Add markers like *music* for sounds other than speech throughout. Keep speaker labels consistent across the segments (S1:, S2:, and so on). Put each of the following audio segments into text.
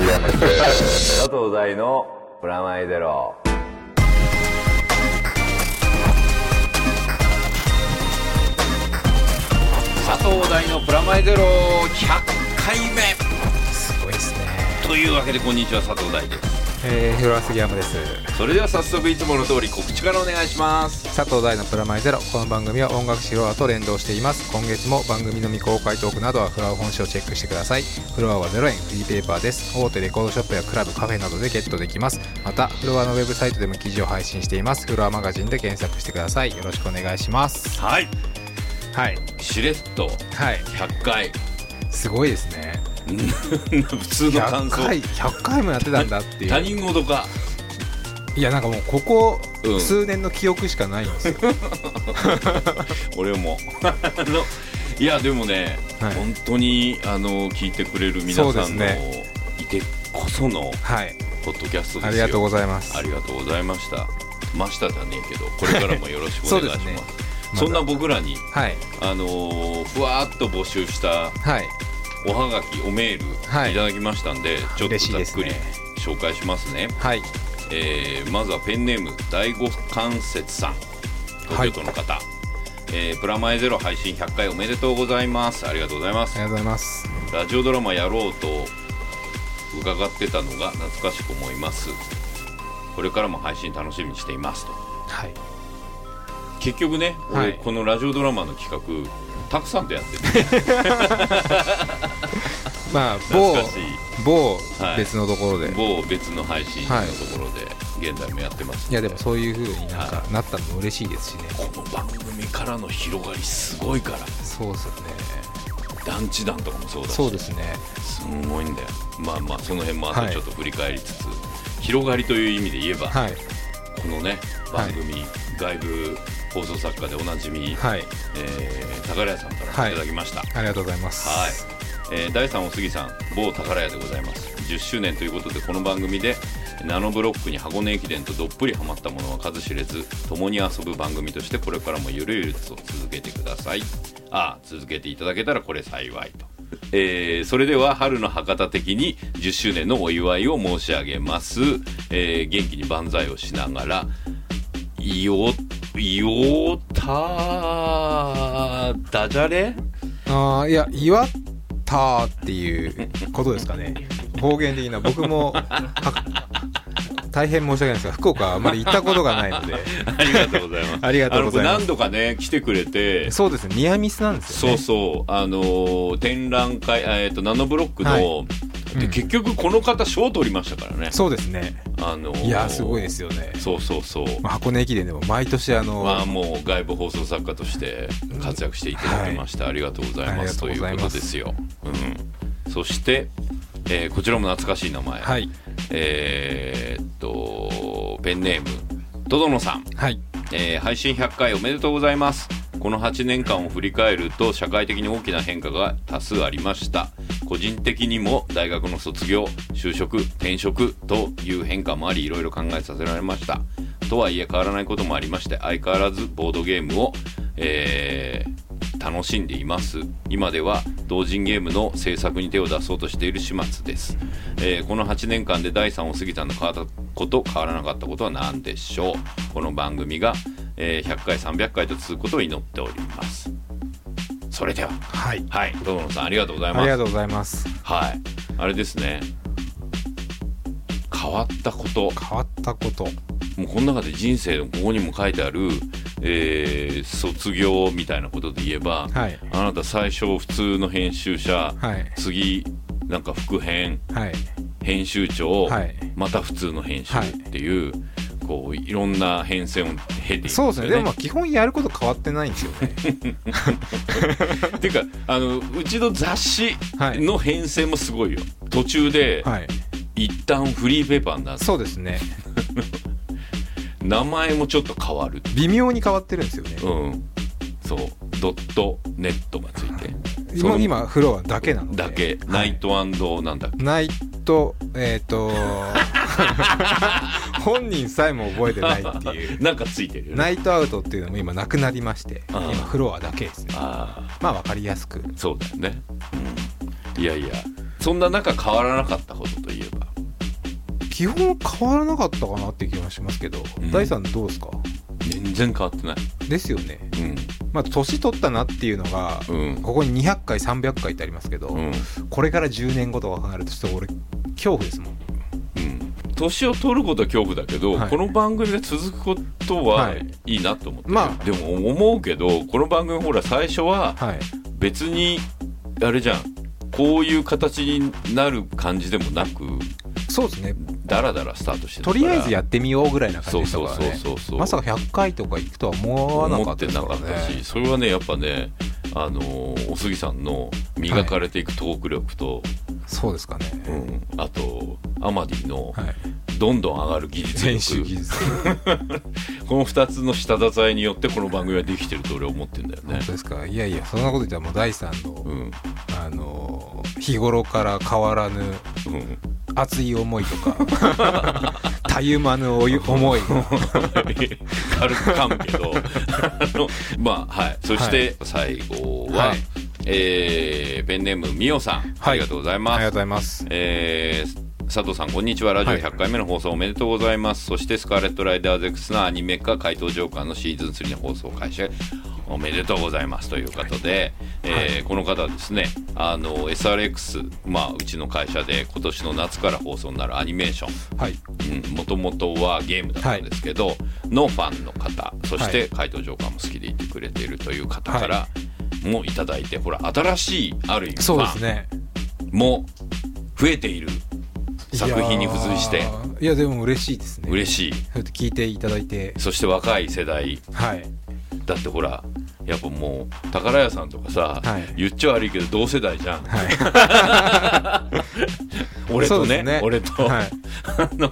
S1: 佐藤大のプラマイゼロ。
S2: 佐藤大のプラマイゼロ100回目
S3: すごいですね。
S2: というわけでこんにちは佐藤大です
S3: えー、フロアスギアムです。
S2: それでは早速いつもの通り告知からお願いします
S3: 佐藤大のプラマイゼロ。この番組は音楽フロアと連動しています。今月も番組の未公開トークなどはフロア本誌をチェックしてください。フロアは0円フリーペーパーです。大手レコードショップやクラブ、カフェなどでゲットできます。また、フロアのウェブサイトでも記事を配信しています。フロアマガジンで検索してください。よろしくお願いします。
S2: はい
S3: はい。
S2: しれっと
S3: はい。
S2: 100回 *laughs*
S3: すごいですね。
S2: 普通の感
S3: 100回、
S2: 想
S3: 100回もやってたんだってい
S2: 他
S3: う。
S2: 人事か
S3: いや、なんかもうここ
S2: うん
S3: 数年の記憶しかないん
S2: *laughs*
S3: ですよ。
S2: 俺もあのいやでもね、
S3: はい
S2: 本当にあの聞いてくれる皆
S3: そうで
S2: さ
S3: す
S2: んの、
S3: ね
S2: いてこその
S3: はい。
S2: ポッドキャストですよ
S3: ありがとうございます
S2: あ。りがとうございましたましたじゃねえけどこれからもよろしくお願いします
S3: *laughs* そう
S2: そ
S3: ですね
S2: んな僕らに
S3: はい。
S2: あのーふわーっと募集した
S3: はい。
S2: おはがきおメール
S3: はい
S2: いただきましたんで、ちょっと
S3: 嬉しい
S2: ざっ
S3: です
S2: く
S3: ね
S2: り紹介しますね
S3: はい。
S2: えーまずはペンネーム第五関節さん東京都の方、えープラマイゼロ配信100回おめでとうございますありがとうございま
S3: あ
S2: す
S3: りがとうございます。
S2: ラジオドラマやろうと伺ってたのが懐かしく思いますこれからも配信楽しみにしていますと
S3: はい。
S2: 結局ね、俺
S3: はい
S2: このラジオドラマの企画たくさんとやってる
S3: *laughs* まあ、某
S2: 懐かしい、
S3: 某
S2: はい
S3: 別のところで。い、
S2: 某別の配信のところで現在もやってますん
S3: や、でもそういう風になんかなったのも嬉しいですしね。
S2: この番組からの広がりすごいから
S3: そうですよね。
S2: 団地団とかもそうだし
S3: そうですね。
S2: すんごいんだよまあまあその辺もあ
S3: は
S2: と
S3: い
S2: ちょっと振り返りつつ、広がりという意味で言えば、
S3: はい。
S2: このね番組、外部放送作家でおなじみ、
S3: はい。
S2: えー宝屋さんからいただきました、
S3: ありがとうございます。
S2: はい、えー第3おすぎさん某宝屋でございます10周年ということでこの番組でナノブロックに箱根駅伝とどっぷりハマったものは数知れず共に遊ぶ番組としてこれからもゆるゆると続けてくださいああ続けていただけたらこれ幸いと、えーそれでは春の博多的に10周年のお祝いを申し上げます、えー元気に万歳をしながらよよたダジャレ
S3: ああ、いや、祝ったっていうことです *laughs* かね。方言的な、僕も、は大変申し訳ないですが、福岡はあまり行ったことがないので、 *laughs*
S2: ありがとうございます。
S3: ありがとうございま
S2: あ
S3: す
S2: の何度かね、来てくれて、
S3: そうですね、ニアミスなんですよ
S2: そ
S3: ね。
S2: うそう、あのー展覧会、あえっ、と、ナノブロックの、
S3: は
S2: で
S3: うん
S2: 結局この方、賞取りましたからね。
S3: そうですね。
S2: あのー
S3: いや、すごいですよね。
S2: そうそうそう。
S3: まあ箱根駅伝でも毎年、あの、
S2: まあ、もう外部放送作家として活躍していただきました、ありがとうござい
S3: あ
S2: ま
S3: り
S2: す
S3: がと
S2: と
S3: う
S2: い
S3: ご
S2: う
S3: ざい
S2: こ
S3: ま
S2: と
S3: す
S2: ですよ、うん、そして、えーこちらも懐かしい名前、
S3: はい。
S2: えーっとペンネームとどのさん
S3: はい。
S2: えー配信100回おめでとうございますこの8年間を振り返ると社会的に大きな変化が多数ありました個人的にも大学の卒業就職転職という変化もありいろいろ考えさせられましたとはいえ変わらないこともありまして相変わらずボードゲームを、えー楽しんでいます今では同人ゲームの制作に手を出そうとしている始末です、えーこの8年間で第3を過ぎたの変わったこと変わらなかったことは何でしょうこの番組が、えー100回300回と続くことを祈っておりますそれでは
S3: はい。
S2: はいどうもさんありがとうござい
S3: あ
S2: ま
S3: り
S2: す
S3: がとうございます。
S2: はいあれですね変わったこと
S3: 変わったこと。
S2: もうこの中で人生のここにも書いてある、えー卒業みたいなことで言えば、
S3: はい。
S2: あなた最初普通の編集者、
S3: はい。
S2: 次なんか副編
S3: はい。
S2: 編集長、
S3: はい
S2: また普通の編集
S3: はい
S2: っていう、こういろんな変遷を経ていくんです
S3: そう
S2: よ
S3: ですね。でもまあ基本やること変わってないんですよ *laughs* ね。
S2: っていうかあのうちの雑誌
S3: はい
S2: の編成もすごいよ途中で
S3: はい。
S2: 一旦フリーペーパーになって
S3: そうですね。
S2: 名前もちょっと変わる
S3: 微妙に変わってるんですよね。
S2: うんそうドットネットがついてそ
S3: 今、
S2: の
S3: 今フロアだけなので。
S2: だけ、
S3: は
S2: ナ
S3: い
S2: イ。トなんだっけ
S3: ナイト、えっ、と、 *laughs* 本人さえも覚えてないって *laughs* いう。
S2: なんかついてるよね
S3: ナイトアウトっていうのも今なくなりまして、
S2: あー
S3: 今フロアだけですね。
S2: あ
S3: まあわかりやすく。
S2: あそうだよね、うん、いやいやそんな中変わらなかったことといえば
S3: 基本変わらなかったかなって気がしますけど、
S2: うん
S3: 第3どうですか
S2: 全然変わってない
S3: ですよね
S2: うん
S3: まあ年取ったなっていうのが、
S2: うん
S3: ここに200回300回ってありますけど、
S2: うん
S3: これから10年後とか考えるとちょっと俺恐怖ですもん
S2: うん年を取ることは恐怖だけど、
S3: はい
S2: この番組が続くこと
S3: は
S2: はいいいなと思ってる、
S3: まあ
S2: でも思うけどこの番組ほら最初は
S3: はい
S2: 別にあれじゃんこういう形になる感じでもなく
S3: そうですね
S2: ダラダラスタートしてた
S3: と
S2: から
S3: りあえずやってみようぐらいな感じでしたからね
S2: そうそうそうそうそう
S3: まさか100回とか行くとは思わな
S2: 思
S3: か
S2: っ
S3: った
S2: て
S3: です
S2: な
S3: か
S2: からった
S3: ね
S2: しそれはねやっぱねあのーお杉さんの磨かれていくトーク力と、
S3: そうですかね、
S2: うん、あとアマディの
S3: はい
S2: どんどん上がる技術
S3: 練習
S2: 力
S3: 技術
S2: この2つの下支えによってこの番組はできてると俺は思ってんだよね
S3: 本当。ですかいやいやそんなこと言ったらもう第3の、
S2: うん
S3: あのー日頃から変わらぬ
S2: うん、 *laughs*
S3: 熱い思いとかたゆまぬおゆ思い
S2: 軽く噛むけどあのまあはいそして最後は、
S3: はい
S2: えーペンネームみおさん、
S3: はい
S2: ありがとうござい
S3: あ
S2: ま
S3: りがとう
S2: す
S3: ございます
S2: えー佐藤さんこんにちはラジオ
S3: はい
S2: 100回目の放送おめでとうございます、そしてスカーレット・ライダーゼックスのアニメ化「怪盗ジョーカー」のシーズン3の放送開始おめでとうございますということで、えーこの方はですねあの SRX、まあ、うちの会社で今年の夏から放送になるアニメーション
S3: はい
S2: もともとはゲームだったんですけど、のファンの方そして怪盗ジョーカーも好きでいてくれているという方からもいただいて、ほら新しいある意味フ
S3: そうで
S2: ァ
S3: す
S2: ン
S3: ね
S2: も増えている作品に付随して
S3: いやーいやでも嬉しいですね
S2: 嬉しい
S3: そうやって聞いていただいて
S2: そして若い世代
S3: はい
S2: だってほらやっぱもう宝屋さんとかさ、
S3: はい
S2: 言っちゃ悪いけど同世代じゃん
S3: は
S2: *laughs*
S3: い
S2: 俺と
S3: そうで
S2: ね
S3: すね
S2: 俺と、
S3: はい
S2: あの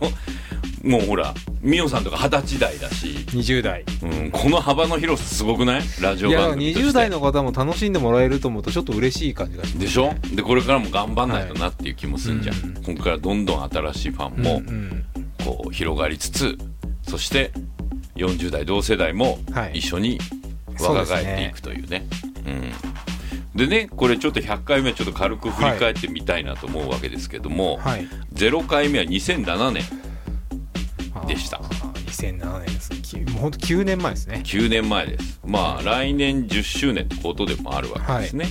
S2: もうほら美桜さんとか二十歳代だし、
S3: 20代
S2: うん、この幅の広さすごくないラジ
S3: い
S2: オ
S3: や
S2: 番組として
S3: 20代の方も楽しんでもらえると思うとちょっと嬉しい感じがします
S2: でしょでこれからも頑張んないとなっていう気もするじゃん、
S3: はいうん
S2: ここからどんどん新しいファンも
S3: うんうん
S2: こう広がりつつそして40代同世代も
S3: はい
S2: 一緒に若返っていくというね,、うん、でねこれちょっと100回目ちょっと軽く振り返ってみたいなと思うわけですけども、
S3: はい
S2: 0回目は2007年でした
S3: あー2007年ですきもうほんと9年前ですね
S2: 9年前ですまあ来年10周年ってことでもあるわけですね、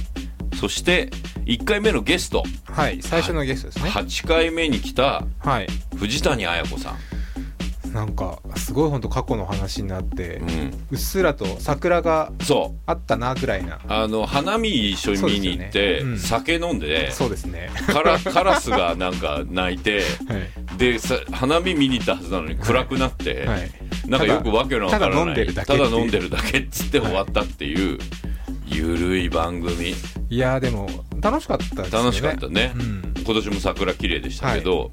S2: そして1回目のゲスト
S3: はい最初のゲストですね
S2: 8回目に来た
S3: はい
S2: 藤谷綾子さん
S3: なんかすごい本当過去の話になって、う
S2: うん、
S3: っすらと桜が
S2: そう
S3: あったなぐらいな
S2: あの花見一緒に見に行っ
S3: そうで
S2: て、
S3: すよねうん
S2: 酒飲んで
S3: そうですね
S2: カラカラスがなんか鳴いて
S3: はい
S2: でさ花見見に行ったはずなのに暗くなって、
S3: はい
S2: なんかよくわけのわからない
S3: ただ飲んでるだけって
S2: ただ飲んでるだけ
S3: いう
S2: っつって終わったっていう、ゆるい番組
S3: いやーでも楽しかったですよね
S2: 楽しかったね
S3: うん
S2: 今年も桜綺麗でしたけど、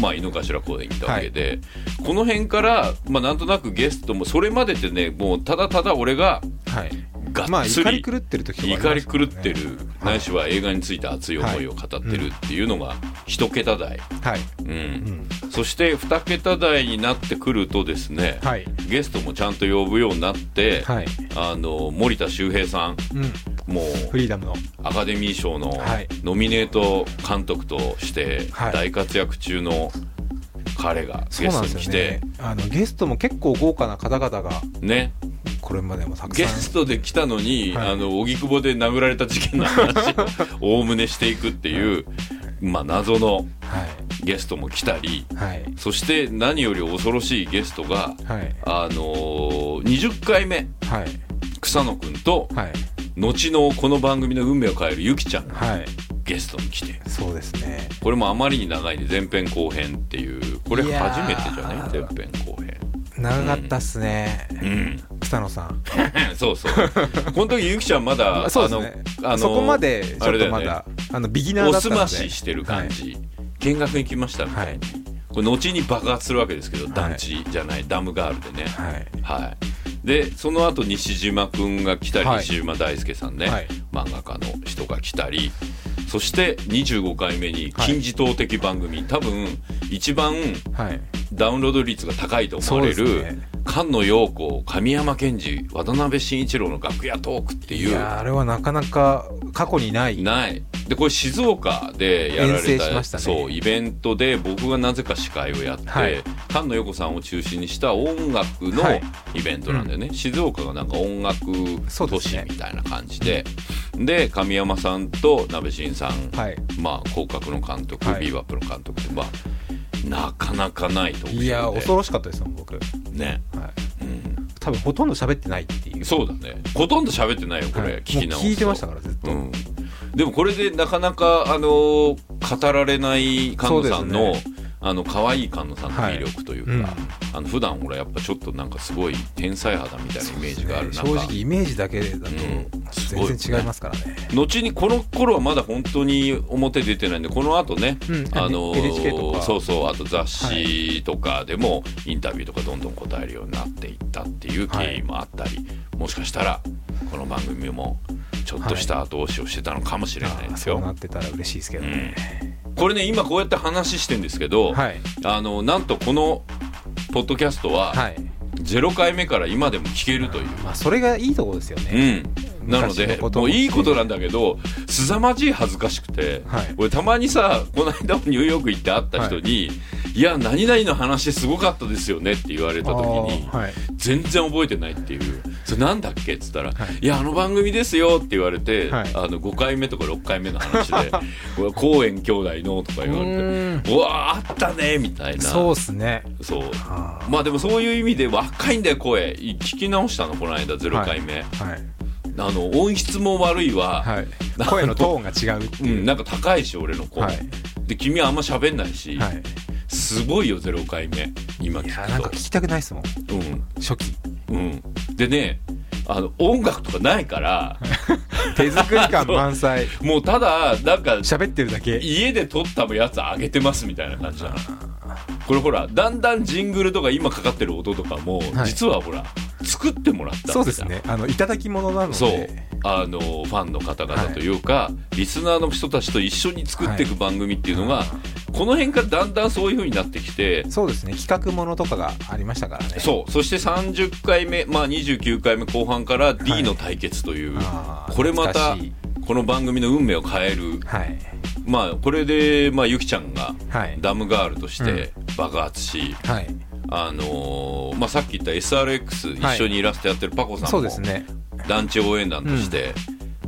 S2: まあ井の頭公園に行ったわけで、この辺から、まあ、なんとなくゲストもそれまでってねもうただただ俺が
S3: はい
S2: が
S3: まあ
S2: っつり、
S3: 怒り狂ってる時とかあ
S2: 怒
S3: ま
S2: り
S3: すから
S2: 狂
S3: ね
S2: ってる、ないしは映画について熱い思いを語ってるっていうのが一桁台、
S3: はい、
S2: うん
S3: うん、
S2: そして二桁台になってくるとですね、
S3: はい
S2: ゲストもちゃんと呼ぶようになって、
S3: はい
S2: あの森田修平さん
S3: うん
S2: もう
S3: フリーダムの
S2: アカデミー賞の
S3: はい
S2: ノミネート監督として
S3: はい
S2: 大活躍中の彼が
S3: そう
S2: ゲ
S3: な
S2: ス
S3: ん
S2: ト
S3: で
S2: に
S3: す
S2: 来
S3: よ
S2: て
S3: ね、あのゲストも結構豪華な方々が
S2: ね
S3: これまでもたく
S2: ゲ
S3: さん
S2: ストで来たのに、
S3: はい
S2: あの荻窪で殴られた事件の話
S3: *laughs*
S2: をおおむねしていくっていう、まあ、謎の
S3: は
S2: ゲストも来たり
S3: いはい
S2: そして何より恐ろしいゲストが、
S3: はい
S2: あのー20回目
S3: はい
S2: 草野くんと
S3: はい
S2: 後のこの番組の運命を変えるゆきちゃんが
S3: はい
S2: ゲストに来て
S3: そうですね
S2: これもあまりに長いんで前編後編っていうこれ
S3: いやー
S2: 初めてじゃない前編後編。
S3: 長かったっすね、
S2: うん、
S3: 草野さん
S2: *laughs* そうそうこの時ゆきちゃんまだ
S3: そうですね
S2: あのあの
S3: そこまでち
S2: あ
S3: ょ
S2: れ
S3: っ
S2: だ
S3: と
S2: よ
S3: ま
S2: ね
S3: だあのビギナー
S2: お
S3: だった
S2: す
S3: ので
S2: まししてる感じ、見学に来ましたみたいに、これ後に爆発するわけですけど、団地じゃないダムガールでね
S3: はい、はい
S2: はいでその後西島君が来たり、
S3: はい
S2: 西島大輔さんね、
S3: はい
S2: 漫画家の人が来たりそして25回目に金字塔的番組、多分一番
S3: はい
S2: ダウンロード率が高いと思われ
S3: そう
S2: る、
S3: ですね
S2: 菅野陽子神山賢治渡辺慎一郎の楽屋トークって
S3: い
S2: いう
S3: やーあれはなかなか過去にない
S2: ないでこれ静岡でやられ
S4: 遠征
S2: た
S4: しましたね
S2: そうイベントで僕がなぜか司会をやって、
S4: はい
S2: 菅野陽子さんを中心にした音楽の
S4: はい
S2: イベントなんだよね、静岡がなんか音楽
S4: そう
S2: 都
S4: で
S2: 市
S4: すね
S2: みたいな感じでで,、神山さんと鍋新さん、
S4: はい
S2: まあ広角の監督、
S4: はい
S2: ビーバップの監督ってまあなかなかないと思う
S3: いや恐ろしかったですよ僕、はい、
S2: ね、うん、
S3: 多分ほとんど喋ってないっていう
S2: そうだねほとんど喋ってないよこれ、
S3: はい
S2: 聞き直すと
S3: もう聞いてましたからずっと、
S2: うん、でもこれでなかなか、あのー語られない菅野さん
S3: そう
S2: の、
S3: で
S2: あの可愛い菅野さんの魅力というか、
S4: はいうん
S2: あの普段ほらやっぱちょっとなんかすごい天才肌みたいなイメージがある
S3: ね
S2: 中、
S3: 正直イメージだけだと
S2: うんすごい
S3: 全然違いますからね
S2: 後にこの頃はまだ本当に表出てないんでこの後ね、
S4: うん
S2: あの
S3: NHK とか
S2: そうそうあと雑誌とかでもインタビューとかどんどん答えるようになっていったっていう経緯もあったり、もしかしたらこの番組もちょっとした後押しをしてたのかもしれない
S3: あー
S2: です
S3: そ
S2: よ。
S3: うなってたら嬉しいですけど
S2: う
S3: ね
S2: ん、これね今こうやって話してんですけど、
S3: はい
S2: あのなんとこのポッドキャストは
S3: はい
S2: 0回目から今でも聞けるという。
S3: まあそれがいいとこですよね、
S2: うん、なの
S3: 昔の
S2: で
S3: こと
S2: も
S3: も
S2: ういいことなんだけどすざまじい恥ずかしくて、
S3: はい
S2: 俺たまにさこの間もニューヨーク行って会った人に「い、や何々の話すごかったですよね」って言われた時に
S3: あーはい
S2: 全然覚えてないっていう「それなんだっけ?」っつったら「
S3: はい
S2: い、やあの番組ですよ」って言われて、
S3: はい
S2: あの5回目とか6回目の話
S3: *laughs*
S2: で「うわ高円兄弟の」とか言わ
S3: う
S2: れ
S3: ー
S2: *laughs*
S3: ん
S2: て「うわあったね」みたいな
S3: そうっすね
S2: そう
S3: あ
S2: まあでもそういう意味で若いんだよ声聞き直したのこの間0回目。
S3: ーはい
S2: あの音質も悪いわ、
S3: はい
S2: なんか
S3: 声のトーンが違うって
S2: う
S3: い
S2: ん、
S3: う、
S2: なんか高いし俺の子、
S3: はい
S2: で君はあんま喋んないし、
S3: はい
S2: すごいよ0回目今
S3: いや
S2: 聞
S3: なんか
S2: く
S3: 聞きたくないですもん
S2: と
S3: 初期
S2: うんうんでねあの音楽とかないから
S3: 手作り感
S2: *laughs*
S3: 満載
S2: もうただなんか
S3: 喋ってるだけ
S2: 家で撮ったやつあげてますみたいな感じだなこれほらだんだんジングルとか今かかってる音とかも、
S3: はい
S2: 実はほら作ってもらったみたいな
S3: そうですねあのいただき物なので
S2: そうあのファンの方々というか、リスナーの人たちと一緒に作っていく番組っていうのが、この辺からだんだんそういう風になってきて、
S3: そうですね企画ものとかがありましたからね
S2: そうそして30回目、まあ、29回目後半から D の対決という、
S3: あー
S2: これまた
S3: 懐かしい
S2: この番組の運命を変える、
S3: はい
S2: まあ、これで、まあ、ゆきちゃんが
S3: はい
S2: ダムガールとして爆発し。
S3: はい
S2: あのーまあ、さっき言った SRX
S3: はい
S2: 一緒にイラストやってるパコさんも、
S3: そうですね
S2: 団地応援団として、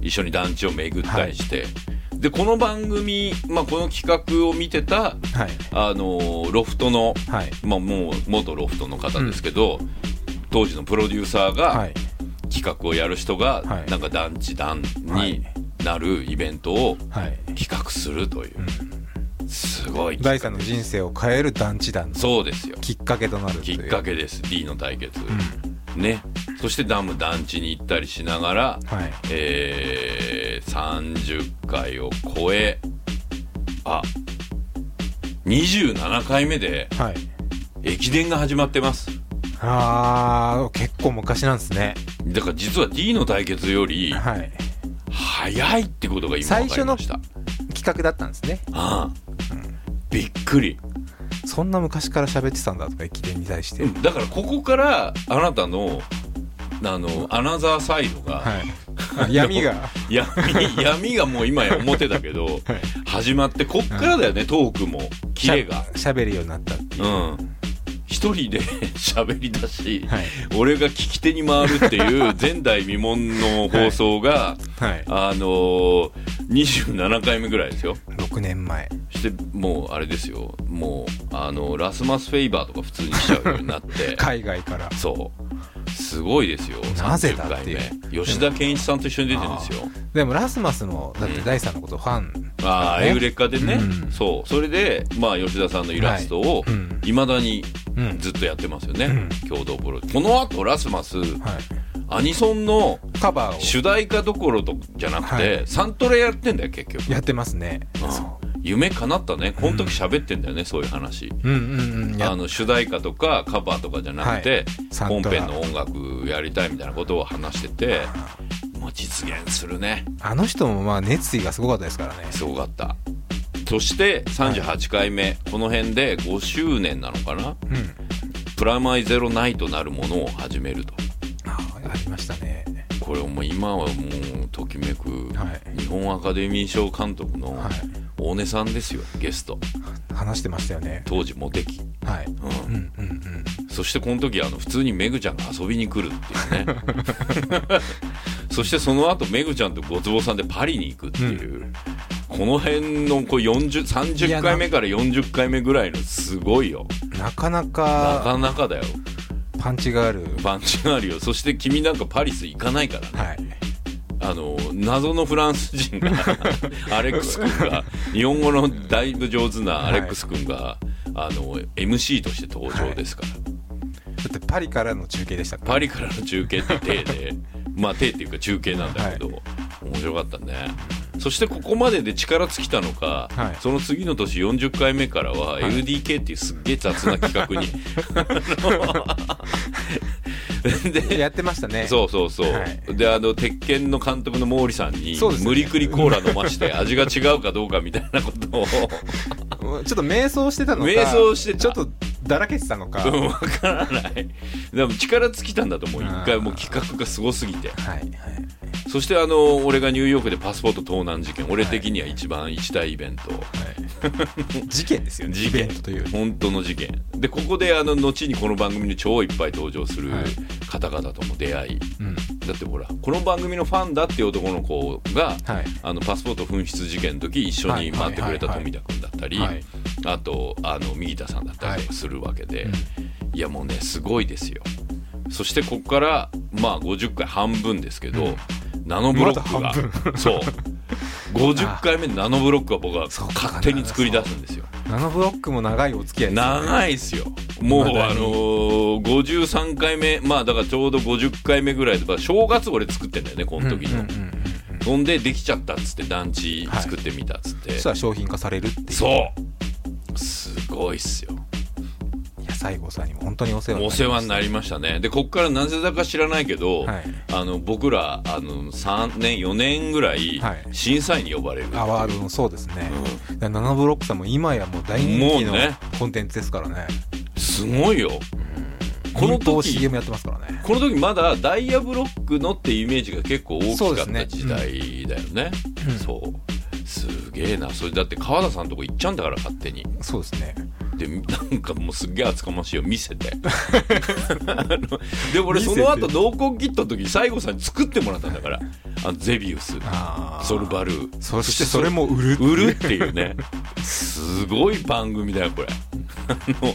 S2: 一緒に団地を巡ったりして、でこの番組、まあ、この企画を見てた、
S3: はい
S2: あのーロフトの、
S3: はい
S2: まあ、もう元ロフトの方ですけど、当時のプロデューサー
S3: は
S2: が
S3: い
S2: 企画をやる人が、
S3: はい
S2: なんか団地団
S3: は
S2: に
S3: い
S2: なるイベントを
S3: はい
S2: 企画するという、すごい
S3: 第三の人生を変える団地団の
S2: そうですよ
S3: きっかけとなると
S2: き
S3: い
S2: っ
S3: う
S2: かけです D の対決、ねそしてダム団地に行ったりしながら、
S3: はい
S2: えー、30回を超えあ27回目で
S3: はい
S2: 駅伝が始まってます
S3: あー結構昔なんですね
S2: だから実は D の対決より
S3: はい
S2: 早いってことが今分かりました
S3: 企画だったんですね
S2: ああ、びっくり
S3: そんな昔から喋ってたんだとか駅伝に対して、
S2: だからここからあなたのあのアナザーサイドが、
S3: はいあ
S2: *laughs*
S3: 闇が *laughs*
S2: 闇闇がもう今や表だけど、始まってこっからだよね、トークもキレが
S3: しゃ喋るようになったっていう、
S2: うん一人
S3: *laughs*
S2: で喋りだし、
S3: はい
S2: 俺が聞き手に回るっていう
S3: *laughs*
S2: 前代未聞の放送が、
S3: はい
S2: あのー、27回目ぐらいですよ
S3: 6年前
S2: そしてもうあれですよもうあのラスマスフェイバーとか普通にしちゃうようになって
S3: 海外 *laughs* から
S2: そうすごいですよ
S3: なぜだっていう
S2: 30回目吉田健一さんと一緒に出てるんですよ
S3: でもラスマスもだって第三のことファン、
S2: ああ、
S3: ね
S2: エウレカでね、
S3: うん
S2: そうそれで、まあ、吉田さんのイラストを
S3: はいうん
S2: いまだに
S3: うん
S2: ずっとやってますよね、
S3: ん
S2: 共同プロジェクトこのあとラスマス
S3: はい、
S2: アニソンの
S3: カバー
S2: 主題歌どころとじゃなくて、
S3: は
S2: サントラやってんだよ結局
S3: をやってますね
S2: うん
S3: そ
S2: 夢叶ったねこの時喋ってんだよね、そういう話
S3: ううんうんうんや
S2: あの主題歌とかカバーとかじゃなくて、
S3: サン
S2: 本
S3: トラ
S2: 編の音楽やりたいみたいなことを話しててもう実現するね
S3: あの人もまあ熱意がすごかったですからね
S2: すごかったそして38回目、この辺で5周年なのかな
S3: うん
S2: プラマイゼロないとなるものを始めると
S3: ああありましたね
S2: これお前今はもうときめく
S3: はい
S2: 日本アカデミー賞監督の
S3: は
S2: 大根さんですよゲスト
S3: 話してましたよね
S2: 当時モテ期、
S3: はい
S2: うん
S3: うんうんうん
S2: そしてこの時あの普通にメグちゃんが遊びに来るって
S3: *laughs*
S2: いうねそしてその後メグちゃんとごつぼさんでパリに行くっていう、この辺のこう40 30回目から40回目ぐらいのすごいよ
S3: なかな
S2: な
S3: か
S2: かなかだよ
S3: パンチがある
S2: パンチがあるよそして君なんかパリス行かないからね
S3: はい
S2: あの謎のフランス人 *laughs* がアレックス君が日本語のだいぶ上手なアレックス君が、あの MC として登場ですから、
S3: だってパリからの中継でしたから
S2: パリからの中継って体でまあ体っていうか中継なんだけど、面白かったねそしてここまでで力尽きたのか、
S3: はい
S2: その次の年40回目からは LDK っていうすっげえ雑な企画 *laughs* に、あので
S3: やってましたね
S2: そうそうそう、
S3: はい
S2: であの鉄拳の監督の毛利さんに、
S3: そうですよね
S2: 無理くりコーラ飲まして味が違うかどうかみたいなことを
S3: ちょっと迷走してたのか
S2: 迷走してた
S3: ちょっとだらけてたのか
S2: うん
S3: はい
S2: わからないでも力尽きたんだと思う
S3: うん
S2: 一回もう企画がすごすぎて
S3: はい
S2: そしてあの俺がニューヨークでパスポート盗難事件俺的には一番一大イベント、
S3: 事件ですよね
S2: 事
S3: イ
S2: 件
S3: ベントという
S2: 本当の事件でここであの後にこの番組に超いっぱい登場する
S3: はい
S2: 方々とも出会い
S3: うん
S2: だってほらこの番組のファンだっていう男の子が
S3: はい
S2: あのパスポート紛失事件の時一緒に回ってくれた
S3: はいはいはいは
S2: 富
S3: い
S2: 田君だったり、
S3: はい
S2: あとあの右田さんだったりとかするわけで、いやもうねすごいですよそしてここからまあ50回半分ですけど、ナノブロック
S3: ま
S2: が、
S3: だ半
S2: そう50回目ナノブロックは僕は
S3: そうか
S2: 勝手に作り出すんですよ
S3: ナノブロックも長いお付き合いですよね
S2: 長いですよもう
S3: 未だに
S2: あのー53回目まあだからちょうど50回目ぐらいで、まあ正月俺作ってんだよねこの時の、
S3: うんうんうんうん
S2: ほんでできちゃったっつって団地作ってみたっつって、
S3: そしたら商品化されるっていう
S2: そうすごいっすよ
S3: いや西郷さんにも本当にお世話
S2: お
S3: になりました
S2: 世話になりましたねでこっからなぜだか知らないけど、
S3: はい
S2: あの僕らあの3年4年ぐらい
S3: はい
S2: 審査員に呼ばれる、
S3: アワードのそうですね、だからナノブロックさんも今やもう大人気の
S2: もうね
S3: コンテンツですからね
S2: すごいよこの
S3: 民放
S2: 時
S3: CM やってますからね
S2: この時まだダイヤブロックのってイメージが結構大
S3: そう
S2: きか
S3: で
S2: っ
S3: すね
S2: た時代だよねそう
S3: うん
S2: すげえなそれだって川田さんとこ行っちゃうんだから勝手に
S3: そうですね
S2: でなんかもうすっげえ厚かましいよ見せ
S3: *laughs*
S2: てあので俺
S3: 見
S2: そ
S3: せて
S2: の後同梱切った時西郷さんに作ってもらったんだからあのゼビウス
S3: あー
S2: ソルバルー
S3: そしてそれも売る
S2: 売るっていうねすごい番組だよこれあの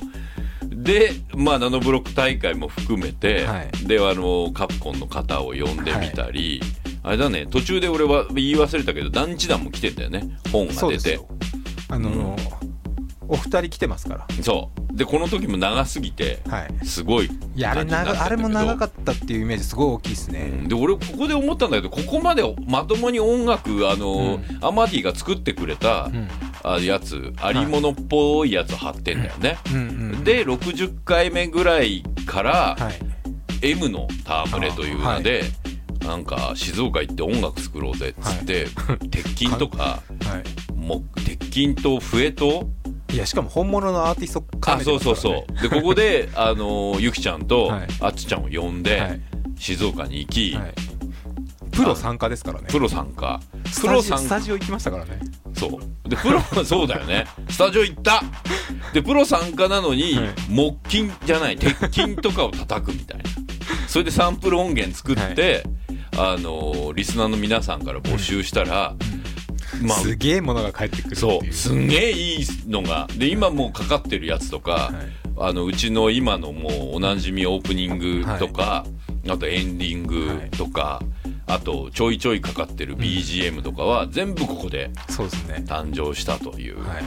S2: で、まあ、ナノブロック大会も含めて、
S3: はい
S2: であのカプコンの方を呼んでみたり、あれだね途中で俺は言い忘れたけど団地団も来てんだよね本が
S3: そう
S2: 出
S3: です
S2: て
S3: よあの、お二人来てますから
S2: そうでこの時も長すぎて
S3: はい
S2: すごい
S3: いやあれ
S2: 感じになっちゃっ
S3: 長あ
S2: たん
S3: れ
S2: だけど
S3: も長かったっていうイメージすごい大きいですね、
S2: で俺ここで思ったんだけどここまでまともに音楽あの、アマディが作ってくれた、
S3: ん
S2: あやつありものっぽいやつ貼ってんだよね、
S3: うんうん
S2: で60回目ぐらいから
S3: はい
S2: M の戯れというので、なんか静岡行って音楽作ろうぜっつって、鉄筋とか
S3: は
S2: もう鉄筋と笛と
S3: いいやしかも本物のアーティスト
S2: あ
S3: 絡めて
S2: そう
S3: ます
S2: そ
S3: からね
S2: うそうでここ
S3: *laughs*
S2: であのゆきちゃんと、
S3: はい
S2: あっちちゃんを呼んで、
S3: はい
S2: 静岡に行き、
S3: はいプロ参加ですからね
S2: プロ参加
S3: ス
S2: プ
S3: タ
S2: ロ
S3: ジオ
S2: 参
S3: ス
S2: 加
S3: タジオ行きましたからね
S2: そうでプロ *laughs* そうだよねスタジオ行ったでプロ参加なのに、
S3: はい
S2: 木琴じゃない鉄筋とかを叩くみたいなそれでサンプル音源作って、あのーリスナーの皆さんから募集したら、まあ
S3: すげえものが返ってくるっていう
S2: そうすんげえいいのがで今もうかかってるやつとか、あのうちの今のもうおなじみオープニングとか、あとエンディングとか、あとちょいちょいかかってる BGM とかは全部ここで
S3: そうですね
S2: 誕生したという、
S3: はい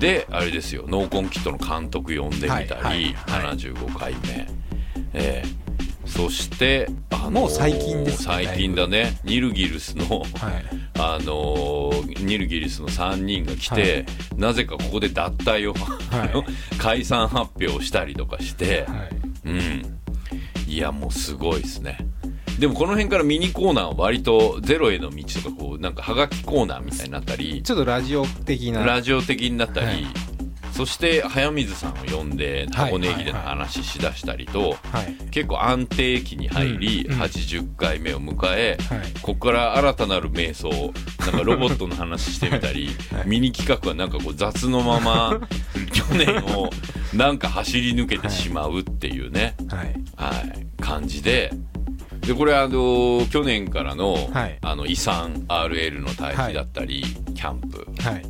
S2: であれですよノーコンキットの監督呼んでみたり、
S3: はいはいはい
S2: 75回目、ええそして、あのー
S3: もう最近ですね
S2: 最近だねニルギルスの、
S3: はい
S2: あのーニルギリスの3人が来て、なぜかここで脱退を、
S3: い
S2: あの解散発表をしたりとかして、
S3: はい
S2: うんいやもうすごいですねでもこの辺からミニコーナーは割と「ゼロへの道」とかこうなんかはがきコーナーみたいになったり
S3: ちょっとラジオ的な
S2: ラジオ的になったり、そして早水さんを呼んで
S4: はい
S2: 箱根駅伝の話しだしたりと、
S4: はい
S2: 結構安定期に入り、
S4: うんうん
S2: 80回目を迎え、
S4: はい
S2: ここから新たなる瞑想なんかロボットの話してみたり、ミニ企画はなんかこう雑の
S4: *laughs*
S2: まま去年をなんか走り抜けてしまうっていうね、
S4: はい
S2: はい、感じで。でこれあの去年からの,、
S4: はい
S2: あの遺産 RL の対比だったり、キャンプ
S4: はい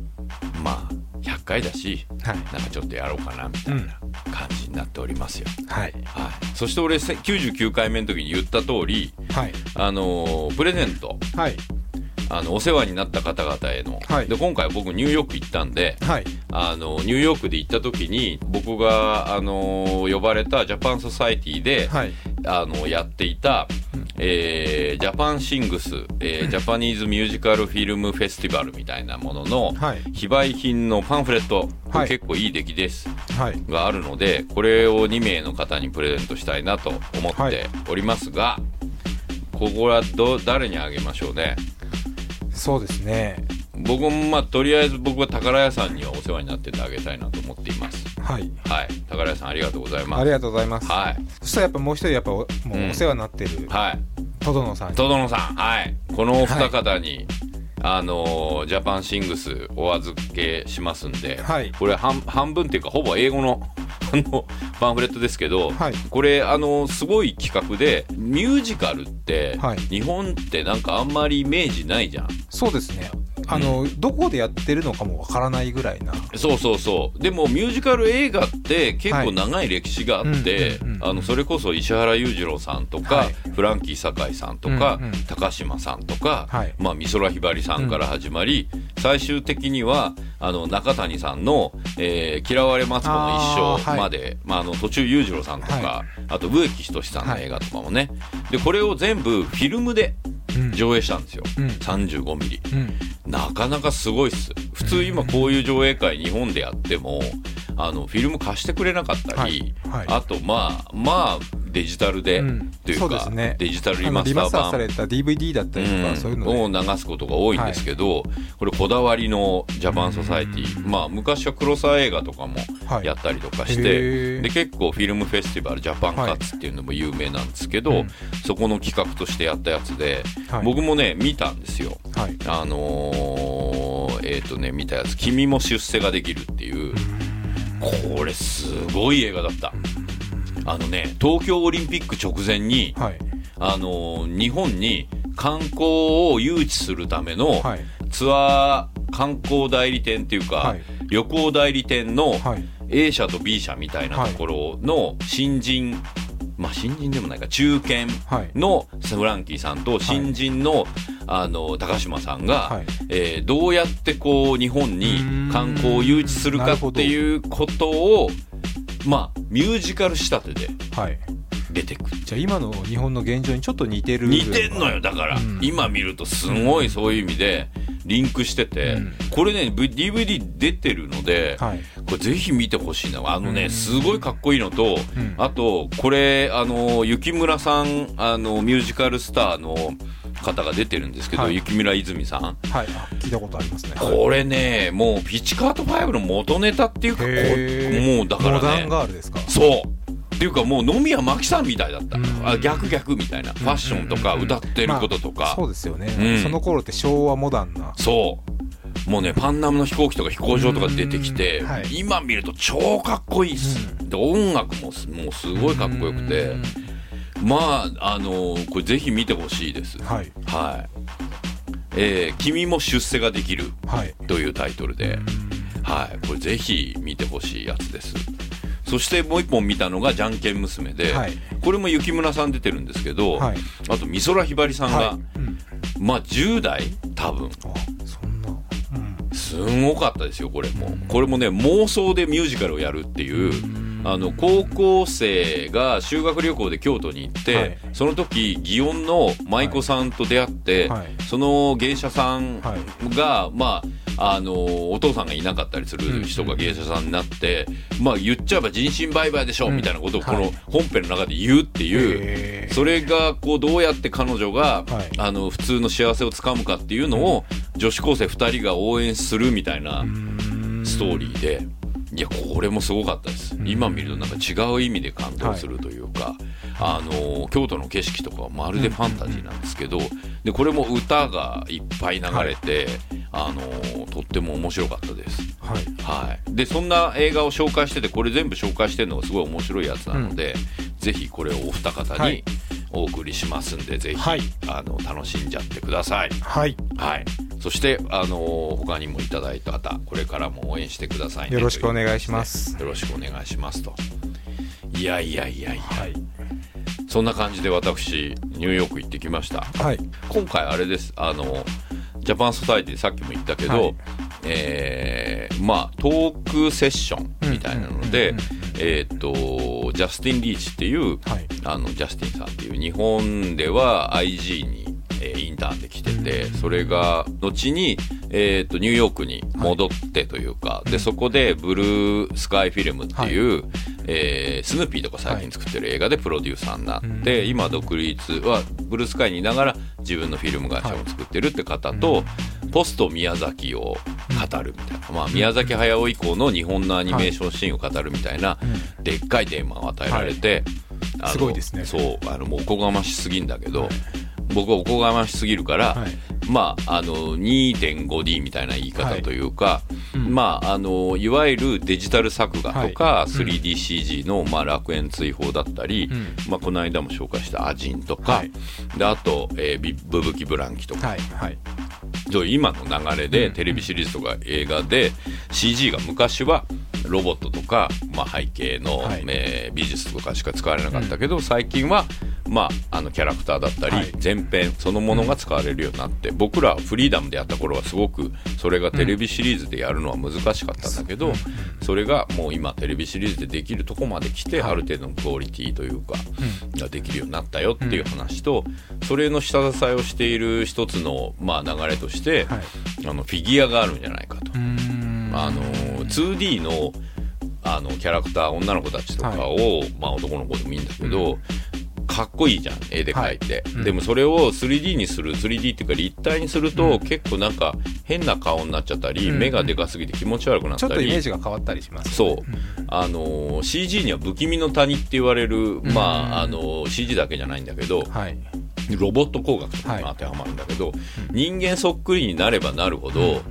S2: まあ100回だし
S4: はい
S2: なんかちょっとやろうかなみたいな感じになっておりますよ。
S4: はい
S2: はい、そして俺せ99回目の時に言った通り
S4: はい
S2: あのープレゼント
S4: はい
S2: あのお世話になった方々への、
S4: はい
S2: で今回僕ニューヨーク行ったんで
S4: はい
S2: あのニューヨークで行った時に僕が、あのー呼ばれたジャパンソサイティで、
S4: はい
S2: あのやっていた、えージャパンシングス、えージャパニーズミュージカルフィルムフェスティバルみたいなものの、
S4: はい
S2: 非売品のパンフレット、こ
S4: は
S2: れ
S4: い
S2: 結構いい出来です。
S4: はい
S2: があるのでこれを2名の方にプレゼントしたいなと思っておりますが、ここはど誰にあげましょうね
S4: そうですね
S2: 僕もまあとりあえず僕は宝屋さんにはお世話になっててあげたいなと思っています
S4: はい
S2: はい宝屋さんありがとうございま
S4: あ
S2: す
S4: りがとうございます
S2: はい
S4: そしたらやっぱもう一人やっぱおもうお世話になってる
S2: はい
S4: とどのさんに
S2: とどのさんはいこのお二方に、あのージャパンシングスお預けしますんで、
S4: はい
S2: これ半半分っていうかほぼ英語のあのパンフレットですけど、
S4: はい
S2: これあのすごい企画でミュージカルって、
S4: はい
S2: 日本ってなんかあんまりイメージないじゃん
S4: そうですねあのどこでやってるのかもわからないぐらいな
S2: そうそうそうでもミュージカル映画って結
S4: は
S2: 構
S4: い
S2: 長い歴史があって
S4: うんうんうんうん
S2: あのそれこそ石原裕次郎さんとか、
S4: はい
S2: フランキー堺さんとか、
S4: うんうん
S2: 高島さんとか、
S4: はい
S2: まあ、美空ひばりさんから始まり、最終的にはあの中谷さんの、えー嫌われマツコの一生」まで、まあ、あの途中裕次郎さんとか、
S4: は
S2: あと植木等さんの映画とかもね、でこれを全部フィルムで
S4: うん
S2: 上映したんですよ、
S4: うん
S2: 35ミリ。
S4: うん
S2: なかなかすごいっす普通今こういう上映会日本でやってもあのフィルム貸してくれなかったり、
S4: はいはい
S2: あとまあまあデジタルで、
S4: うん
S2: という
S4: そ
S2: か
S4: うですね
S2: デジタル
S4: あ
S2: リ
S4: の
S2: マ
S4: リ
S2: スタ
S4: マ
S2: ー
S4: スター
S2: 版
S4: された DVD だったりとかそういうの
S2: うん、を流すことが多いんですけど、これこだわりのジャパンソサイティ、まあ昔は黒沢映画とかも
S4: はい
S2: やったりとかし
S4: へ
S2: て、
S4: ー
S2: で結構フィルムフェスティバルジャパンカッツっていうのも有名なんですけど、
S4: はいうん
S2: そこの企画としてやったやつで、
S4: はい
S2: 僕もね見たんですよ。
S4: はい
S2: あのーえっ、とね見たやつ「君も出世ができる」っていうこれすごい映画だったあのね東京オリンピック直前に、
S4: はい
S2: あのー日本に観光を誘致するための
S4: はい
S2: ツアー観光代理店っていうか、
S4: はい
S2: 旅行代理店の
S4: はい
S2: A 社と B 社みたいなところの新人、まあ新人でもないか中堅
S4: はい
S2: のフランキーさんと新人の,、あの高島さんが、
S4: はい
S2: えーどうやってこう日本に観光を誘致する
S4: うーんな
S2: か
S4: るほ
S2: っ
S4: ど
S2: ていうことをまあミュージカル仕立てで
S4: はい
S2: 出てくる。
S4: じゃあ今の日本の現状にちょっと似てる部分
S2: 似
S4: が
S2: てんのよだから、
S4: うん
S2: 今見るとすごいそういう意味でリンクしてて、
S4: うん
S2: これね V- DVD 出てるので、
S4: はい
S2: これぜひ見てほしいなあのね、
S4: うん
S2: すごいかっこいいのと、
S4: うん
S2: あとこれあの雪村さんあのミュージカルスターの方が出てるんですけど、
S4: はい
S2: 雪村泉さん
S4: はいあ聞いたことありますね
S2: これねもうピチカート5の元ネタっていうかこ
S4: へー
S2: もうだか
S4: モダ
S2: ら
S4: ン
S2: ね
S4: ガールですか
S2: そうっていうかもう野宮真紀さんみたいだった、
S4: うん
S2: あ逆逆みたいな、ファッションとか歌ってることとか、
S4: まあそうですよね、
S2: うん
S4: その頃って昭和モダンな
S2: そう。もうね、パンナムの飛行機とか飛行場とか出てきて、
S4: うんはい
S2: 今見ると超かっこいいっす。で、音楽もすもうすごいかっこよくて、
S4: うん
S2: まあ、あのーこれぜひ見てほしいです。は
S4: はい
S2: い。えー君も出世ができる
S4: はい
S2: というタイトルで、はい。これぜひ見てほしいやつです。そしてもう一本見たのが、じゃんけん娘で、
S4: はい
S2: これも雪村さん出てるんですけど、
S4: はい
S2: あと美空ひばりさんが、
S4: はい、うん、
S2: まあ10代多分、
S4: あそんな、うん、
S2: すごかったですよこれもこれもね妄想でミュージカルをやるっていうあの高校生が修学旅行で京都に行って、
S4: はい
S2: その時祇園の舞妓さんと出会って、
S4: はい
S2: その芸者さん
S4: は
S2: が、まああのお父さんがいなかったりする人が芸者さんになって、まあ言っちゃえば人身売買でしょ、
S4: うん
S2: みたいなことをこ
S4: は
S2: の
S4: い
S2: 本編の中で言うっていう。
S4: へー
S2: それがこうどうやって彼女
S4: は
S2: が、
S4: い
S2: あの普通の幸せをつかむかっていうのを女子高生2人が応援するみたいな
S4: うーん
S2: ストーリーでいやこれもすごかったです、
S4: うん
S2: 今見るとなんか違う意味で感動するというか、あの京都の景色とかはまるでファンタジーなんですけど、でこれも歌がいっぱい流れて、あのとっても面白かったです。
S4: はい
S2: はい、でそんな映画を紹介しててこれ全部紹介してるのがすごい面白いやつなので、ぜひこれをお二方
S4: は
S2: に
S4: い
S2: お送りしますんで、ぜひ、
S4: はい
S2: あの楽しんじゃってください。
S4: はい
S2: はい、そして、あのー他にもいただいた方これからも応援してくださいね
S4: よろしくお願いします
S2: ということですねよろしくお願いしますといやいやいやいや、そんな感じで私ニューヨーク行ってきました
S4: はい
S2: 今回あれですあのジャパンソサイティさっきも言ったけど、
S4: はい
S2: えーまあトークセッションみたいなので
S4: うんうんうん
S2: えーっとジャスティン・リーチっていう、
S4: はい
S2: あのジャスティンさんっていう日本では IG に、えーインターンで来てて、それが後に、えーっとニューヨークに戻ってというか、でそこでブルースカイフィルムっていう、えースヌーピーとか最近作ってる映画でプロデューサーになって、
S4: うん
S2: 今独立はブルースカイにいながら自分のフィルム会社を作ってるって方と、ポスト宮崎を語るみたいな、まあ、宮崎駿以降の日本のアニメーションシーンを語るみたいな、でっかいテーマを与えられて、あの
S3: すごいですね
S2: そうあのもうおこがましすぎんだけど、僕はおこがましすぎるから、
S3: はい
S2: まあ、あの 2.5D みたいな言い方というか、いまあ、あのいわゆるデジタル作画とか、3DCG の、まあ、楽園追放だったり、まあ、この間も紹介した「アジン」とか、
S3: はい
S2: であと、えービ「ブブキブランキ」とか、
S3: はいはい
S2: そういう今の流れで、テレビシリーズとか映画で CG が昔はロボットとか、まあ、背景の、
S3: はい
S2: えー美術とかしか使われなかったけど、最近は、まあ、あのキャラクターだったり、
S3: はい
S2: 前編そのものが使われるようになって、僕らフリーダムでやった頃はすごくそれがテレビシリーズでやるのは難しかったんだけど、それがもう今テレビシリーズでできるとこまで来て、ある程度のクオリティというか、ができるようになったよっていう話と、それの下支えをしている一つの、まあ、流れとして、
S3: はい
S2: あのフィギュアがあるんじゃないかと。
S3: うーん
S2: あの 2D のあのキャラクター女の子たちとかを、まあ、男の子でもいいんだけど、かっこいいじゃん絵で描いて、でもそれを 3D にする 3D っていうか立体にすると、結構なんか変な顔になっちゃったり、
S3: うん
S2: 目がでかすぎて気持ち悪くなっ
S3: ちょ
S2: た
S3: っとイメー
S2: り。
S3: ジが変わったりします
S2: そうあの CG には不気味の谷って言われる、まあ、あの CG だけじゃないんだけど、
S3: はい
S2: ロボット工学とかにも
S3: はい
S2: 当てはまるんだけど、人間そっくりになればなるほど、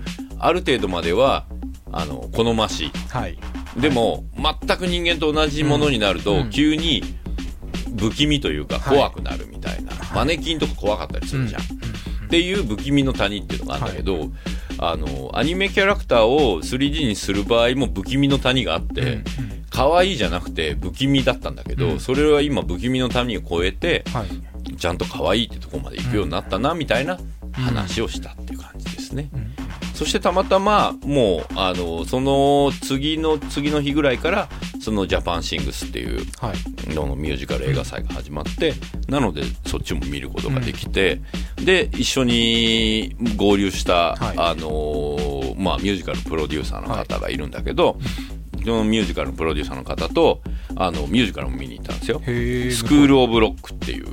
S2: ある程度まではあの好ましい
S3: はい
S2: でも、全く人間と同じものになると、
S3: うん
S2: 急に不気味というか
S3: はい
S2: 怖くなるみたいな、マネキンとか怖かったりするじゃん。っていう不気味の谷っていうのがあるんだけど、あのアニメキャラクターを 3D にする場合も不気味の谷があって、可愛いじゃなくて不気味だったんだけど、それは今不気味の谷を超えて、
S3: はい
S2: ちゃんと可愛いってとこまで行くようになったなみたいな話をしたっていう感じですね。そしてたまたまもうあのその次の次の日ぐらいからそのジャパンシングスっていう
S3: はい
S2: ののミュージカル映画祭が始まってなのでそっちも見ることができて、で一緒に合流した、
S3: はい
S2: あのーまあ、ミュージカルプロデューサーの方がいるんだけど、そのミュージカルのプロデューサーの方とあのミュージカルも見に行ったんですよ。
S3: へえ
S2: スクール・オブ・ロックっていう、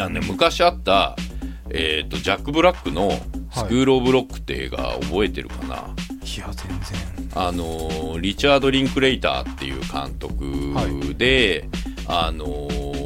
S2: あのね、昔あった、えーとジャック・ブラックの「スクール・オブ・ロック」って映画覚えてるかな、
S3: いや全然
S2: あのーリチャード・リンクレイターっていう監督で、あのー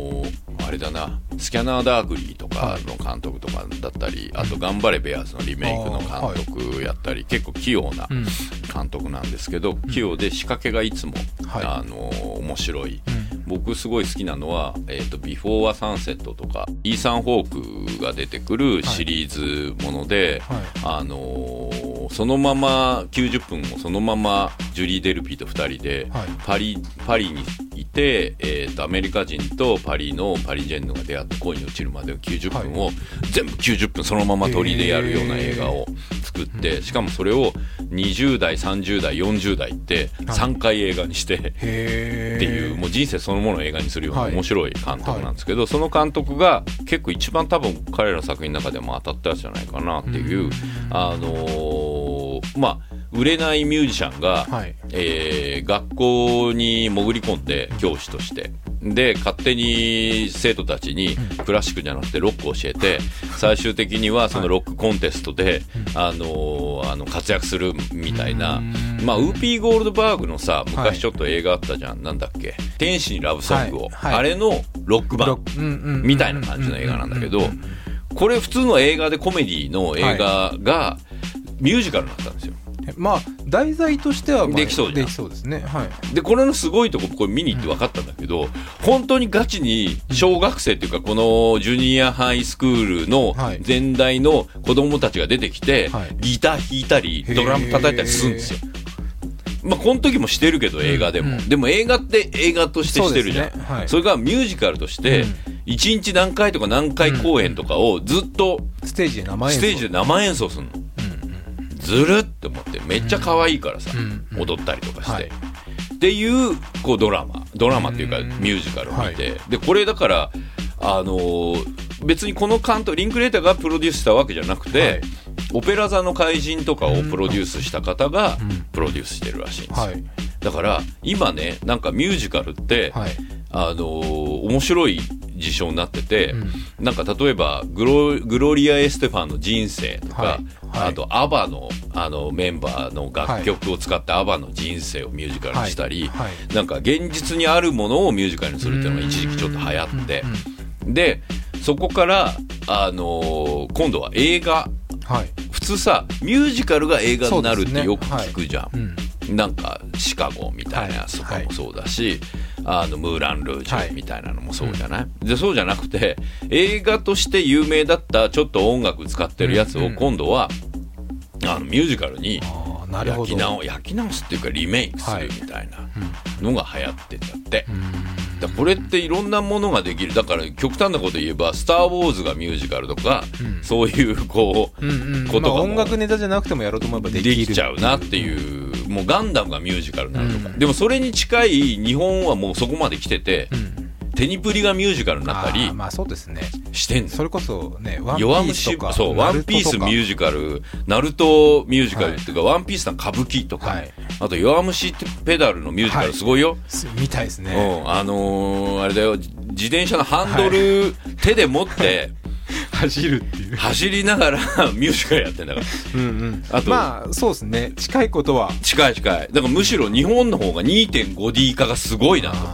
S2: あれだなスキャナー・ダークリーとかの監督とかだったり、あと「頑張れベアーズ」のリメイクの監督やったり、結構器用な
S3: うん
S2: 監督なんですけど、器用で仕掛けがいつも、
S3: はい
S2: あのー面白い、
S3: う
S2: 僕すごい好きなのは「えー、とビフォー・ア・サンセット」とかイーサン・ホークが出てくるシリーズもので、
S3: はい
S2: あのーそのまま90分もそのままジュリー・デルピーと2人で
S3: はい
S2: パリ,、パリにいて、えー、とアメリカ人とパリのパリジェンヌが出会って恋に落ちるまでの90分を、全部90分そのまま鳥でやるような映画を作って、しかもそれを20代30代40代って3回映画にして。
S3: へえ
S2: っていう、もう人生そのものを映画にするような
S3: はい
S2: 面白い監督なんですけど、その監督が結構一番多分彼らの作品の中でも当たったやつじゃないかなっていう、あのーまあ、売れないミュージシャンが、
S3: はい
S2: えー学校に潜り込んで教師としてで勝手に生徒たちにクラシックじゃなくてロックを教えて最終的にはそのロックコンテストで、あのあの活躍するみたいな、まあ、ウーピー・ゴールドバーグのさ昔ちょっと映画あったじゃん、なんだっけ「天使にラブソングを」
S3: はいはい
S2: あれのロック版
S3: ロックうんうんうんうん
S2: みたいな感じの映画なんだけどこれ普通の映画でコメディの映画がミュージカルになったんですよ。
S3: まあ題材としては、まあ
S2: できそうじゃん
S3: できそうですねはい
S2: でこれのすごいとここれ見に行って分かったんだけど、本当にガチに小学生っていうかこのジュニアハイスクールの
S3: はい
S2: 前代の子供たちが出てきて、
S3: はい
S2: ギター弾いたりドラム叩いたりするんですよ。まあ、この時もしてるけど映画でも、
S3: うんうん
S2: でも映画って映画としてしてるじゃん
S3: そ
S2: そ,、
S3: うですねはい
S2: れがミュージカルとして
S3: うん
S2: 1日何回とか何回公演とかをずっと
S3: ステージで名前
S2: ステージで生演奏するの、ずるって思ってめっちゃ可愛いからさ、
S3: うんうん
S2: 踊ったりとかして、
S3: はい
S2: っていうこうドラマドラマっていうか
S3: うん
S2: ミュージカルを見て、でこれだからあのー別にこの監督リンクレーターがプロデュースしたわけじゃなくて、
S3: はい
S2: オペラ座の怪人とかをプロデュースした方が
S3: ん
S2: プロデュースしてるらしいんですよ、
S3: はい
S2: だから今ねなんかミュージカルって、
S3: はい
S2: あのー面白い事象になってて、
S3: うん
S2: なんか例えばグログロリア・エステファンの人生とか、
S3: はいはい
S2: あとアバのあのメンバーの楽曲を使ってアバの人生をミュージカルにしたり、
S3: はいは
S2: なんか現実にあるものをミュージカルにするっていうのが一時期ちょっと流行って、でそこから、あのー今度は映画
S3: はい
S2: 普通さミュージカルが映画になるっ
S3: そうです
S2: て
S3: ね
S2: よく聞くじゃん、
S3: うん
S2: なんかシカゴみたいなやつとかもそうだし、あのムーラン・ルージュみたいなのもそうじゃない、でそうじゃなくて映画として有名だったちょっと音楽使ってるやつを今度は、あのミュージカルに
S3: ああなるほ
S2: 焼き
S3: ど
S2: 直焼き直すっていうかリメイクするみたいなのが流行ってんだって。だからこれっていろんなものができるだから極端なこと言えば「スター・ウォーズ」がミュージカルとか、そういうこう、
S3: うんうん
S2: こと
S3: まあ
S2: がもう
S3: 音楽ネタじゃなくてもやろうと思えばで
S2: で
S3: きる
S2: きちゃうなっていう、もうガンダムがミュージカルになるとか、でもそれに近い日本はもうそこまで来てて、
S3: うん
S2: テニプリがミュージカルにな
S3: あ
S2: ったり
S3: ーまあそうですね
S2: してんの
S3: それこそねワンピ
S2: 弱
S3: ース
S2: 虫
S3: とか
S2: そう、ワンピースミュー
S3: ジ
S2: ジカル、ナルトミュージカルっていうか、ワンピースの歌舞伎とか、
S3: はい
S2: あと弱虫ペダルのミュージカルすごいよ。
S3: みたいですね
S2: うん、あのーあれだよ、自自転車のハンドル、手で持って、
S3: 走るっていう。
S2: 走りながら *laughs* ミュージカルやってんだから。
S3: うんうん。
S2: あと
S3: まあ、そうですね。近いことは。
S2: 近い近いだからむしろ日本の方が 2.5D 化がすごいなと思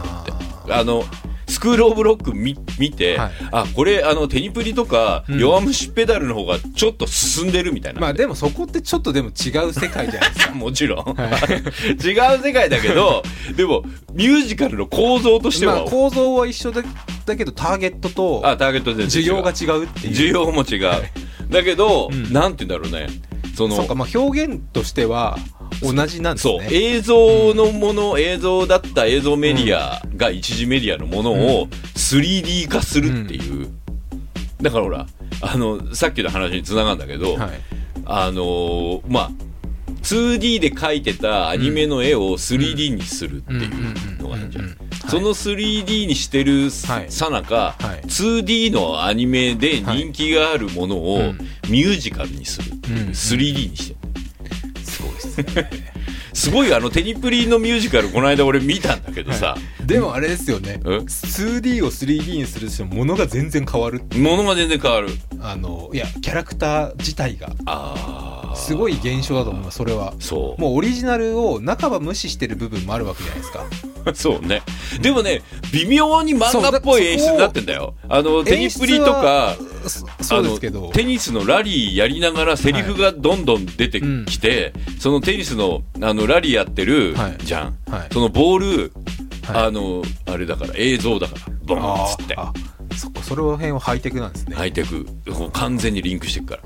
S2: ってあのスクール・オブ・ロック見見て、
S3: はい
S2: あこれあのテニプリとか、
S3: ん
S2: 弱虫ペダルの方がちょっと進んでるみたいな、
S3: まあ、でもそこってちょっとでも違う世界
S2: *laughs*
S3: じゃないですか。
S2: もちろん、 *laughs* 違う世界だけどでもミュージカルの構造として
S3: まあ、
S2: は、
S3: 構造は一緒だだけど、ターゲットと
S2: あ、ターゲットで
S3: 需要が違うっていう。
S2: 需要も違うだけど、
S3: ん
S2: なんて言うんだろうねその
S3: そうか、まあ、表現としては同じなんです
S2: そう、
S3: ね。
S2: 映像のもの、映像だった映像メディアが一時メディアのものを 3D 化するっていう。だからほら、あの、さっきの話につながるんだけど、
S3: はい。
S2: あのーまあ、2D で描いてたアニメの絵を 3D にするっていうのがあるじゃ
S3: うんうん
S2: ん
S3: うん。
S2: その 3D にしてるさ
S3: はい
S2: なか
S3: はい、
S2: 2D のアニメで人気があるもの
S3: はいう
S2: を
S3: ん
S2: ミュージカルにするっていう
S3: うんうん
S2: 3D にしてる
S3: すごいですね。
S2: すごいよあのテニプリのミュージカルこの間俺見たんだけどさ、
S3: *laughs* でもあれですよね。
S2: え
S3: 2D を 3D にするとものが全然変わる。
S2: ものが全然変わる
S3: あの、いや、キャラクター自体が。
S2: ああ
S3: すごい現象だと思います、それは。
S2: そう
S3: もうオリジナルを半ば無視してる部分もあるわけじゃないですか。
S2: そう *laughs* ねでもね微妙に漫画っぽい演出になってんだよあのテニプリとか
S3: そ
S2: あ
S3: そうで
S2: の
S3: すけど
S2: テニスのラリーやりながらセリフがどんどん出てきて、そのテニスのあのラリーやってる
S3: はい
S2: じゃん、
S3: はい
S2: そのボール、
S3: はい
S2: あのあれだから映像だからボン
S3: あ
S2: っつって
S3: ーあそっかそれは辺はハイテクなんですね、
S2: ハイテクこう完全にリンクしていくから、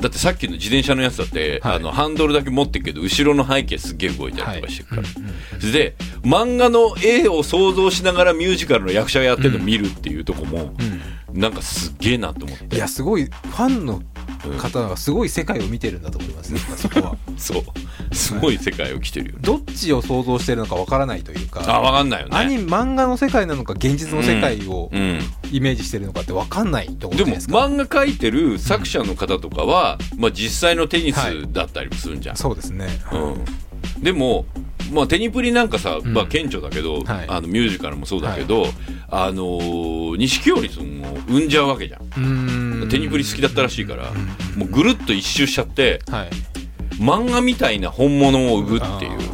S2: だってさっきの自転車のやつだって、
S3: はい
S2: あのハンドルだけ持ってるけど後ろの背景すっげえ動いたりとかしてるから、で漫画の絵を想像しながらミュージカルの役者がやってるのを見るっていうとこも、なんかすっげえなと思って
S3: い、やすごいファンの方はすごい世界を見てるんだと思いますね、そこ
S2: *laughs*
S3: は
S2: そうすごい世界を来てるよね、
S3: どっちを想像してるのかわからないという
S2: あ
S3: か
S2: 分かんないよね
S3: アニメ漫画の世界なのか現実の世界を
S2: うん
S3: イメージしてるのかってわかんないとこ
S2: で
S3: ろじゃな
S2: も
S3: いですか、
S2: 漫画描いてる作者の方とかは、まあ、実際のテニスだったりもするんじゃん、
S3: そうですね、
S2: うん、でもまあ、テニプリなんかさ、
S4: ん
S2: まあ、顕著だけど、
S3: はい
S2: あのミュージカルもそうだけど、あのー錦織さんを生んじゃうわけじゃん、
S3: うん
S2: テニプリ好きだったらしいから、もうぐるっと一周しちゃって
S3: はい
S2: 漫画みたいな本物を生むっていう。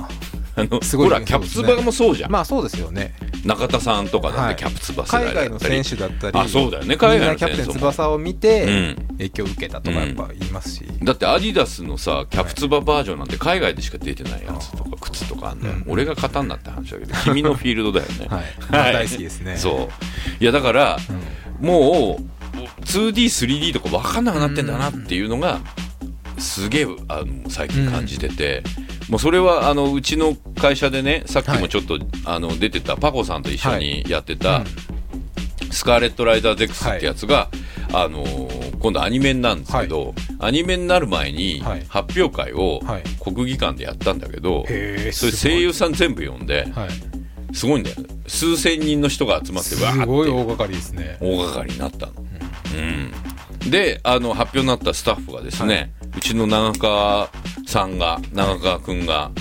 S2: あの
S3: すごい
S2: ほら
S3: そ
S2: キ
S3: うです
S2: ャ
S3: ね
S2: プツバもそうじゃん、
S3: まあそうですよね
S2: 中田さんとかだって、
S3: はい
S2: キャプツバ世代だっ
S3: 海外の
S2: たり
S3: 選手だったり
S2: あそうだよね海外の
S3: キャプテ
S2: 選
S3: ン
S2: 手も
S3: 翼を見て
S2: うん
S3: 影響を受けたとかやっぱ言いますし、
S2: だってアディダスのさキャプツババージョンなんて海外でしか出てないやつとか靴とかあんだよ、俺が勝たんなって話だけど君のフィールドだよね
S3: はい大好きですね
S2: そういやだから、もう 2D3D とか分かんなくなってんだなっていうのがすげえあの最近感じてて、もうそれはあのうちの会社でねさっきもちょっと、あの出てたパコさんと一緒にやってた、スカーレット・ライダー・ゼックスってやつが、あのー今度アニメになるんですけど、アニメになる前に
S3: はい
S2: 発表会を
S3: はい
S2: 国技館でやったんだけど、
S3: へー
S2: それ
S3: すごい
S2: 声優さん全部呼んで、
S3: はい
S2: すごいんだよ数千人の人が集まって
S3: す
S2: わー
S3: ごい
S2: って
S3: 大掛かりですね
S2: 大掛かりになったの、うん、であの発表になったスタッフがですね、うちの長川さんが長川君が、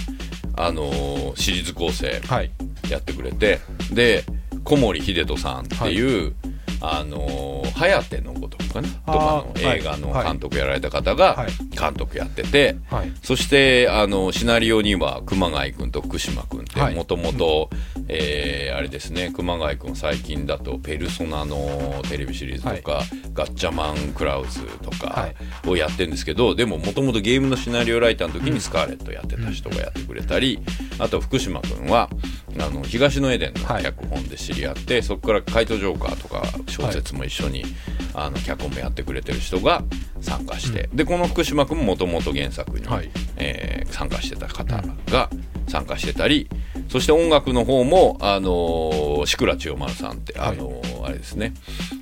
S2: あのーシリーズ構成
S3: はい
S2: やってくれてで小森秀人さんっていう「あのー颯のごとく」かなと
S3: あ
S2: か
S3: ー
S2: の映画の
S3: はい
S2: 監督やられた方
S3: は
S2: が
S3: い
S2: 監督やってて、
S3: はい
S2: そしてあのシナリオには熊谷君と福島君って
S3: はい
S2: もともとえーあれですね熊谷君最近だと「ペルソナ」のテレビシリーズとか「ガッチャマンクラウズ」とか
S3: はい
S2: をやってるんですけどでももともとゲームのシナリオライターの時にスカーレットやってた人がやってくれたりあと福島君はあの東のエデンの脚本で知り合ってそこから「怪盗ジョーカー」とか小説も一緒にあの脚本もやってくれてる人が参加してでこの福島君ももともと原作に
S3: はい
S2: えー参加してた方が参加してたり、そして音楽の方も、あのー、シクラ千代丸さんって、あのーあれですね、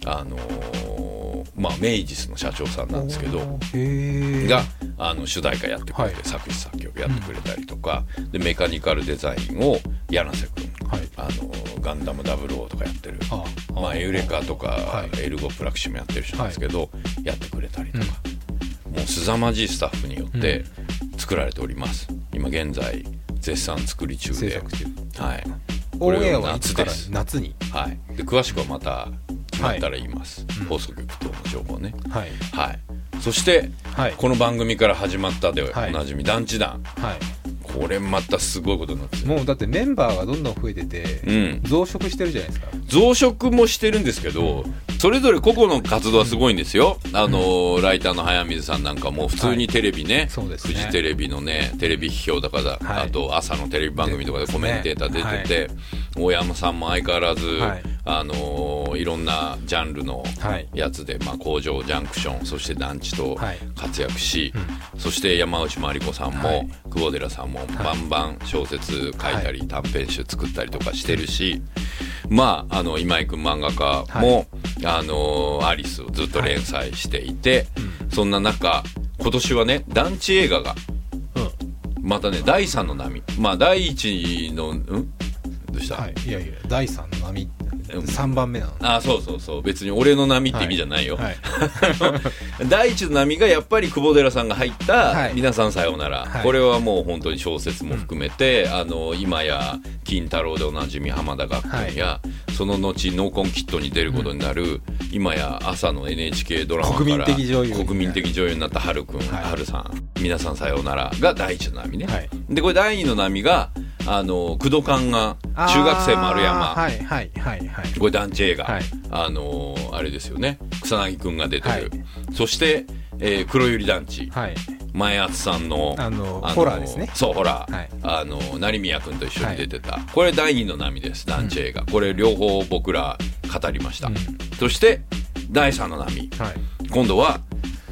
S2: あのーまあ、メイジスの社長さんなんですけど、
S3: へ
S2: が、あの、主題歌やってくれて、
S3: はい
S2: 作詞作曲やってくれたりとか、で、メカニカルデザインを柳瀬くん、
S3: はい
S2: あのーガンダム00とかやってる、
S3: あ
S2: まあ、エウレカとか、
S3: はい
S2: エルゴプラクシムやってる人なんですけど、やってくれたりとか、もう凄まじいスタッフによって作られております、今現在絶賛作り中で
S3: 制作中
S2: はい
S3: オ
S2: こ
S3: ンエ
S2: れ
S3: ア
S2: を
S3: はいつ
S2: 夏
S3: か
S2: で
S3: ら
S2: す、
S3: 夏に
S2: はい、で詳しくはまた決まったら言います、放送局等の情報ね
S3: はい
S2: はいそして、
S3: はい
S2: この番組から始まったでお
S3: はい
S2: なじみ、団地団
S3: は
S2: これまたすごいことになって
S3: い
S2: る
S3: もうだってメンバーがどんどん増えてて、
S2: うん
S3: 増殖してるじゃないですか
S2: 増殖もしてるんですけど、それぞれ個々の活動はすごいんですよ。あのー、ライターの早水さんなんかも普通にテレビね、
S3: そうです
S2: フ
S3: ね
S2: ジテレビのね、テレビ批評とかだ、
S3: はい
S2: あと朝のテレビ番組とかでコメンテーター出てて、大山さんも相変わらず、
S3: はい
S2: い、あのーいろんなジャンルの
S3: はい
S2: やつで、まあ工場、ジャンクション、そして団地と
S3: はい
S2: 活躍し、そして山内まりこさんも、
S3: はい
S2: 久保寺さんもバンバン小説書いたり、短編集作ったりとかしてるし、まあ、あの今井君漫画家も、あのアリスをずっと連載していて、そんな中今年はね団地映画が、またね第3の波まあ第1のんどうした、
S3: はいいやいや第3の波
S2: うん
S3: 3番目なの
S2: あそうそうそう別に俺の波って意味じゃないよ、
S3: はい
S2: 第一の波がやっぱり久保寺さんが入った「
S3: はい
S2: 皆さんさようなら」
S3: はい
S2: これはもう本当に小説も含めて、あの今や「金太郎」でおなじみ浜田学君や、その後「ノーコンキット」に出ることになる、今や朝の NHK ドラマから
S3: 国民的女優
S2: 国民的女優になった春君、
S3: はい
S2: 春さん「皆さんさようなら」が第一の波ね、
S3: はい
S2: でこれ第二の波があの工藤官が中学生丸山、
S3: あーはいはいはいはい
S2: これ団地映画、
S3: はい
S2: あのーあれですよね草薙くんが出てる、
S3: はい
S2: そして、えー黒百合団地、
S3: はい
S2: 前厚さんの、
S3: あのーホラーですね
S2: そうホラー、
S3: はい
S2: あのー成宮くんと一緒に出てた、これ第二の波です団地映画、これ両方僕ら語りました、
S3: うん
S2: そして第三の波
S3: はい
S2: 今度は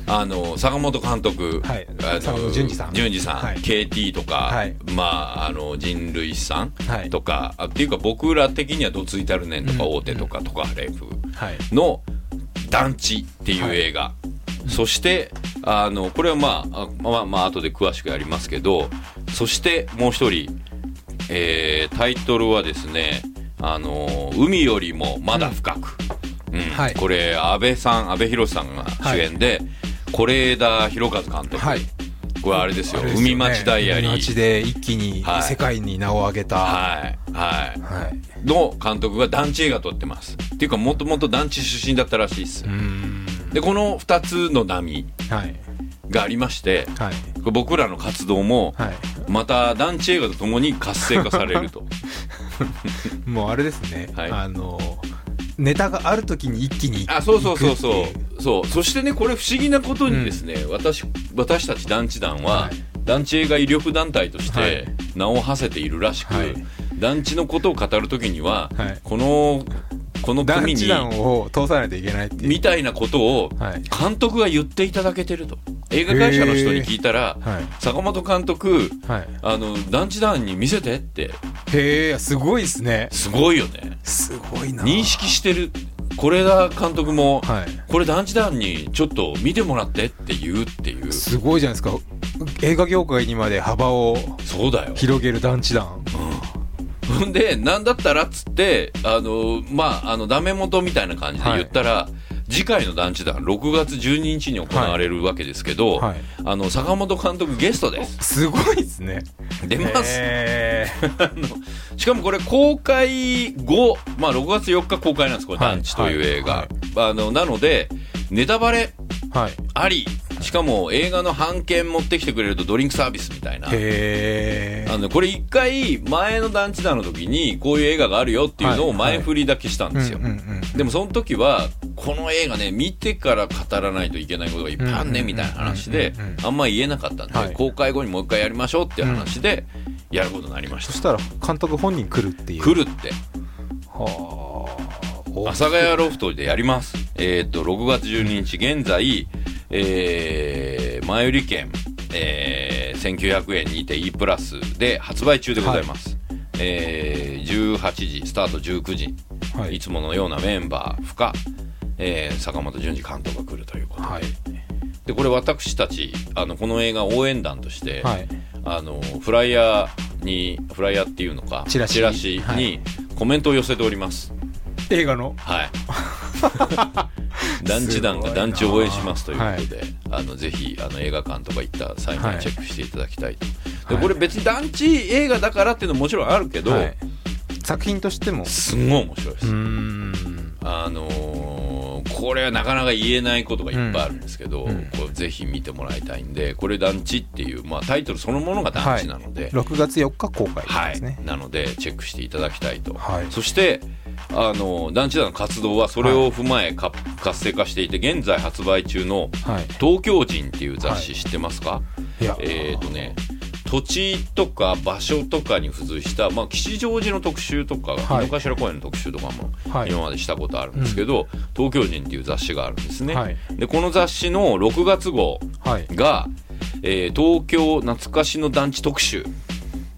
S2: あの坂本監督、
S3: はい
S2: あの
S3: 坂本淳二さん
S2: 淳二さん、
S3: はい
S2: KT とか、
S3: はい
S2: まあ、あの人類さん
S3: はい
S2: とか、あっていうか僕ら的には「どついたるねん」とか「大手」とか「とかレフ」
S3: はい
S2: の「団地」っていう映画、そしてあのこれはまああまあまあ後で詳しくやりますけどそしてもう一人、えータイトルはですね「あの海よりもまだ深く」うん
S3: はい
S2: これ安倍さん阿部寛さんが主演で是枝裕和監督、
S3: はい
S2: これあれですよ
S4: あれですよね
S2: 海町ダイアリ
S4: 海町
S2: ー
S4: で一気に
S2: はい
S4: 世界に名を上げた、
S2: はいはい
S4: はい
S2: の監督が団地映画撮ってますっていうかもともと団地出身だったらしいです
S4: うーん
S2: でこの2つの波
S4: はい
S2: がありまして
S4: はい
S2: 僕らの活動も
S4: はい
S2: また団地映画とともに活性化されると
S4: もうあれですね、
S2: はい
S4: あのネタ *laughs* がある時に一気に
S2: あそうそうそ
S4: 行
S2: う
S4: くってい
S2: そうそうそしてねこれ不思議なことにですね、私私たち団地団は、
S4: はい
S2: 団地映画威力団体とし
S4: は
S2: て
S4: い
S2: 名を馳せているらしく、
S4: はい
S2: 団地のことを語るときには、
S4: はい
S2: このこの
S4: 団
S2: 組
S4: 地
S2: に
S4: 団を通さないといけないっていう
S2: みたいなことを
S4: はい
S2: 監督が言っていただけてると映画会社の人に聞いたら、
S4: はい
S2: 坂本監督
S4: はい
S2: あの団地団に見せてって
S4: へえすごいですね
S2: すごいよね
S4: すごいな
S2: 認識してるこれが監督も、
S4: はい
S2: これ団地団にちょっと見てもらってって言うっていう
S4: すごいじゃないですか映画業界にまで幅を
S2: そうだよ
S4: 広げる団地団
S2: ほんで何だったらっつってあのまああのダメ元みたいな感じで言ったら、次回の団地団6月12日に行われるわけですけど、
S4: はい
S2: あの坂本監督ゲストです
S4: すごいですね
S2: 出ます、
S4: へえ
S2: しかもこれ公開後、まあ、6月4日公開なんですこれ「
S4: はい
S2: 団地」という映画、
S4: は
S2: あのなのでネタバレ
S4: はい
S2: ありしかも映画の版権持ってきてくれるとドリンクサービスみたいな
S4: へ
S2: あのこれ一回前の団地団の時にこういう映画があるよっていうのを前振りだけしたん
S4: え
S2: ですよ、
S4: うんうんうん
S2: でもその時はこの映画ね見てから語らないといけないことがいっぱいあんね
S4: うん
S2: みたいな話で
S4: うんうん
S2: あんま言えなかったんで、
S4: はい
S2: 公開後にもう一回やりましょうっていう話でやることになりまし
S4: そ
S2: た、
S4: したら監督本人来るっていう
S2: 来るって
S4: はあ
S2: 阿佐ヶ谷ロフトでやりますえーっと6月12日現在えー、前売り券、えー、1900円にて E プラスで発売中でございます、えー、18時スタート19時
S4: はい
S2: いつものようなメンバー不可、えー坂本淳二監督が来るということで,、
S4: はい
S2: でこれ私たちあのこの映画応援団として、
S4: はい
S2: あのフライヤーにフライヤーっていうのか
S4: チラシ
S2: に、
S4: はい
S2: コメントを寄せております
S4: 映画の
S2: はい
S4: *laughs*
S2: 団地団が団地を応援しますということで、あのぜひあの映画館とか行った際にはチェックしていただきたいと、
S4: はい
S2: でこれ別に団地映画だからっていうのももちろんあるけど、
S4: はい作品としても
S2: すんごい面白いです、
S4: うーん
S2: あのーこれはなかなか言えないことがいっぱいあるんですけど、
S4: うん
S2: こうぜひ見てもらいたいんでこれ「団地」っていう、まあ、タイトルそのものが団地なので、
S4: 6月4日公開
S2: は
S4: で
S2: い
S4: すね
S2: なのでチェックしていただきたいと、
S4: はい
S2: そしてあの団地団の活動はそれを踏まえか活性化していて現在発売中の
S4: はい
S2: 「東京人」っていう雑誌知ってますか、
S4: いや
S2: えっ、とね土地とか場所とかに付随した、まあ、吉祥寺の特集とか、
S4: はい
S2: 井の頭公園の特集とかも
S4: はい
S2: 今までしたことあるんですけど「東京人」っていう雑誌があるんですね、
S4: はい
S2: でこの雑誌の6月号
S4: はい
S2: が、えー東京懐かしの団地特集、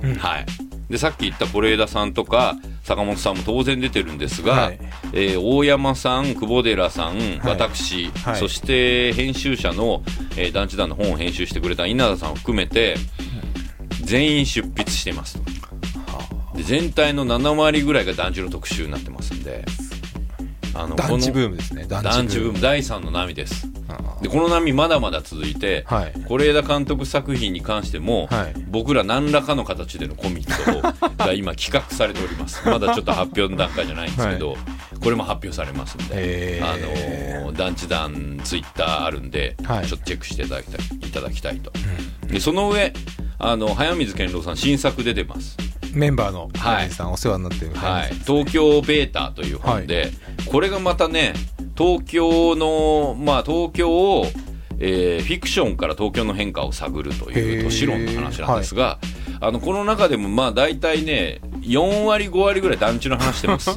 S4: うん
S2: はいでさっき言った是枝さんとか坂本さんも当然出てるんですが、
S4: はい
S2: えー大山さん久保寺さん、私、
S4: はい
S2: そして編集者の、えー団地団の本を編集してくれた稲田さんを含めて、全員出筆してますと。で全体の7割ぐらいが団地の特集になってますんであの
S4: 団地
S2: この
S4: ブームですね団
S2: 団地
S4: 地
S2: ブ
S4: ブ
S2: ー
S4: ー
S2: ム
S4: ム
S2: 第3の波です
S4: あ
S2: でこの波まだまだ続いて、
S4: はい
S2: 是枝監督作品に関しても、
S4: はい
S2: 僕ら何らかの形でのコ
S4: *laughs*
S2: ミットをが今企画されておりますまだちょっと発表の段階じゃないんです
S4: *laughs*
S2: けど、これも発表されますんで、
S4: へー
S2: あのー団地団ツイッターあるんで、
S4: はい
S2: ちょっとチェックしていただきたいいただきたいと、でその上あの早水健郎さん新作出てます
S4: メンバーの
S2: はい
S4: 皆さんお世話になってる
S2: はい、東京ベータという本で、これがまたね東京のまあ東京を、えーフィクションから東京の変化を探るとい
S4: へ
S2: う
S4: ー
S2: 都市論の話なんですが、あのこの中でもまあ大体ね4割5割ぐらい団地の話してます。
S4: ま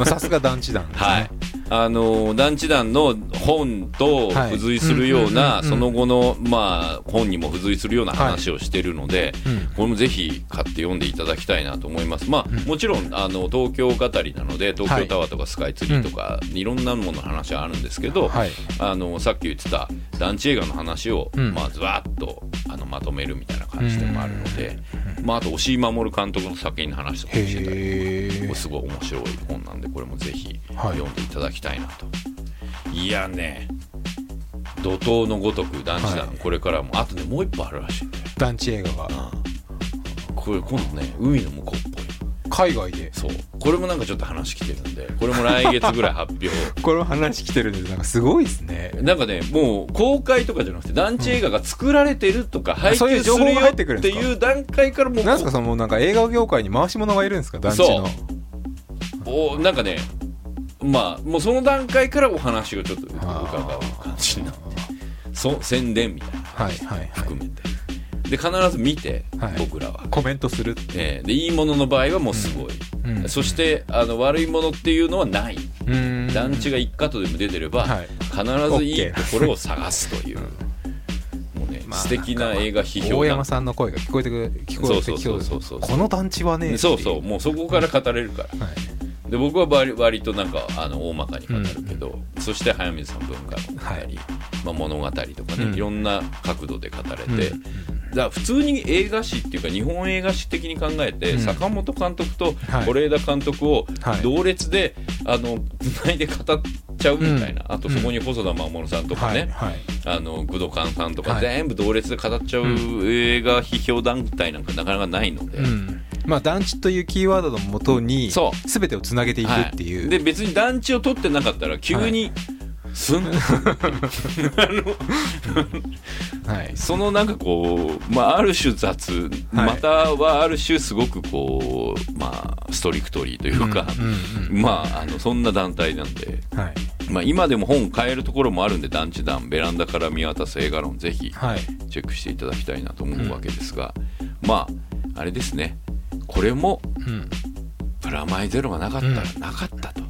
S4: あさすが団地団ですね
S2: はいあの団地団の本と付随するような、
S4: はいうんうんうんうん
S2: その後の、まあ、本にも付随するような話をしているので、
S4: うん
S2: これもぜひ買って読んでいただきたいなと思います、まあもちろんあの東京語りなので東京タワーとかスカイツリーとか、い、ろんなものの話はあるんですけど、
S4: はい
S2: あのさっき言ってた団地映画の話を、
S4: うん
S2: まあ、ずわっとあのまとめるみたいな感じでもあるので、まあ、あと押井守監督の作品の話とかもしてたり
S4: へえ
S2: すごい面白い本なんでこれもぜひ
S4: はい
S2: 読んでいただきたいなと、い、やね怒涛のごとく団地だ、
S3: はい
S2: これからもあとねもう一本あるらしいんだよ
S3: 団地映画が
S2: これ今度ね海の向こうっぽい
S3: 海外で
S2: そうこれもなんかちょっと話来てるんでこれも来月ぐらい発表
S3: この話来てるんですなんかすごいですね
S2: なんかねもう公開とかじゃなくて団地映画が作られてるとか配
S3: そうい
S2: 給
S3: う
S2: する
S3: 情報
S2: よ
S3: が入
S2: っ
S3: ってくるん
S2: て
S3: ですか
S2: いう段階からもう
S3: なんですかそのもうなんか映画業界に回し者がいるんですか団地の
S2: そおなんかねまあもうその段階からお話をちょっと伺う感じになってそ宣伝みたいなの
S3: はいはいは
S2: 含め
S3: い
S2: て、で必ず見て、
S3: はい
S2: 僕らは、
S3: コメントする
S2: えーでいいものの場合はもうすごい、
S3: うんうん
S2: そしてあの悪いものっていうのはない、
S3: うん
S2: 団地が一家とでも出てれば、
S3: はい
S2: 必ずいい
S3: OK
S2: ところを探すという、もうね、
S3: まあ
S2: 素敵な映画批評
S3: 大
S2: だ
S3: 山さんの声が聞こえてくる聞こえてき
S2: そ
S3: そうう
S2: そうそうそう
S3: この団地はね
S2: そうそ
S3: っ
S2: うもうそこから語れるから
S3: ていうはい
S2: で僕は割割となんかあの大まかに語るけど、そして早水さん文化も語
S3: は
S2: り、
S3: い
S2: まあ、物語とかね、
S3: うん
S2: いろんな角度で語れて、
S3: うん
S2: だから普通に映画史っていうか日本映画史的に考えて、
S3: うん
S2: 坂本監督と
S3: はい
S2: 是枝監督を
S3: はい
S2: 同列で、あの *laughs* つないで語っちゃうみたいな、あとそこに細田守さんとか
S3: は
S2: ね、
S3: いはい
S2: あの工藤勘さんとか
S3: はい
S2: 全部同列で語っちゃう映画批評団体なんかなかなかないので。
S3: うんまあ団地というキーワードのもとに
S2: そ
S3: 全てをつなげていく
S2: はい
S3: っていう、
S2: で別に団地を取ってなかったら急に、すん
S3: はい
S2: そのなんかこう、まあ、ある種雑、
S3: はい
S2: またはある種すごくこう、まあ、ストリクトリーというか、
S3: うんうん
S2: まあ、あのそんな団体なんで、
S3: うんはい
S2: まあ、今でも本買えるところもあるんで団地団ベランダから見渡す映画論ぜひ
S3: はい
S2: チェックしていただきたいなと思うわけですが、まああれですねこれも
S3: うん
S2: プラマイゼロがなかったら
S3: う
S2: なかったと、ね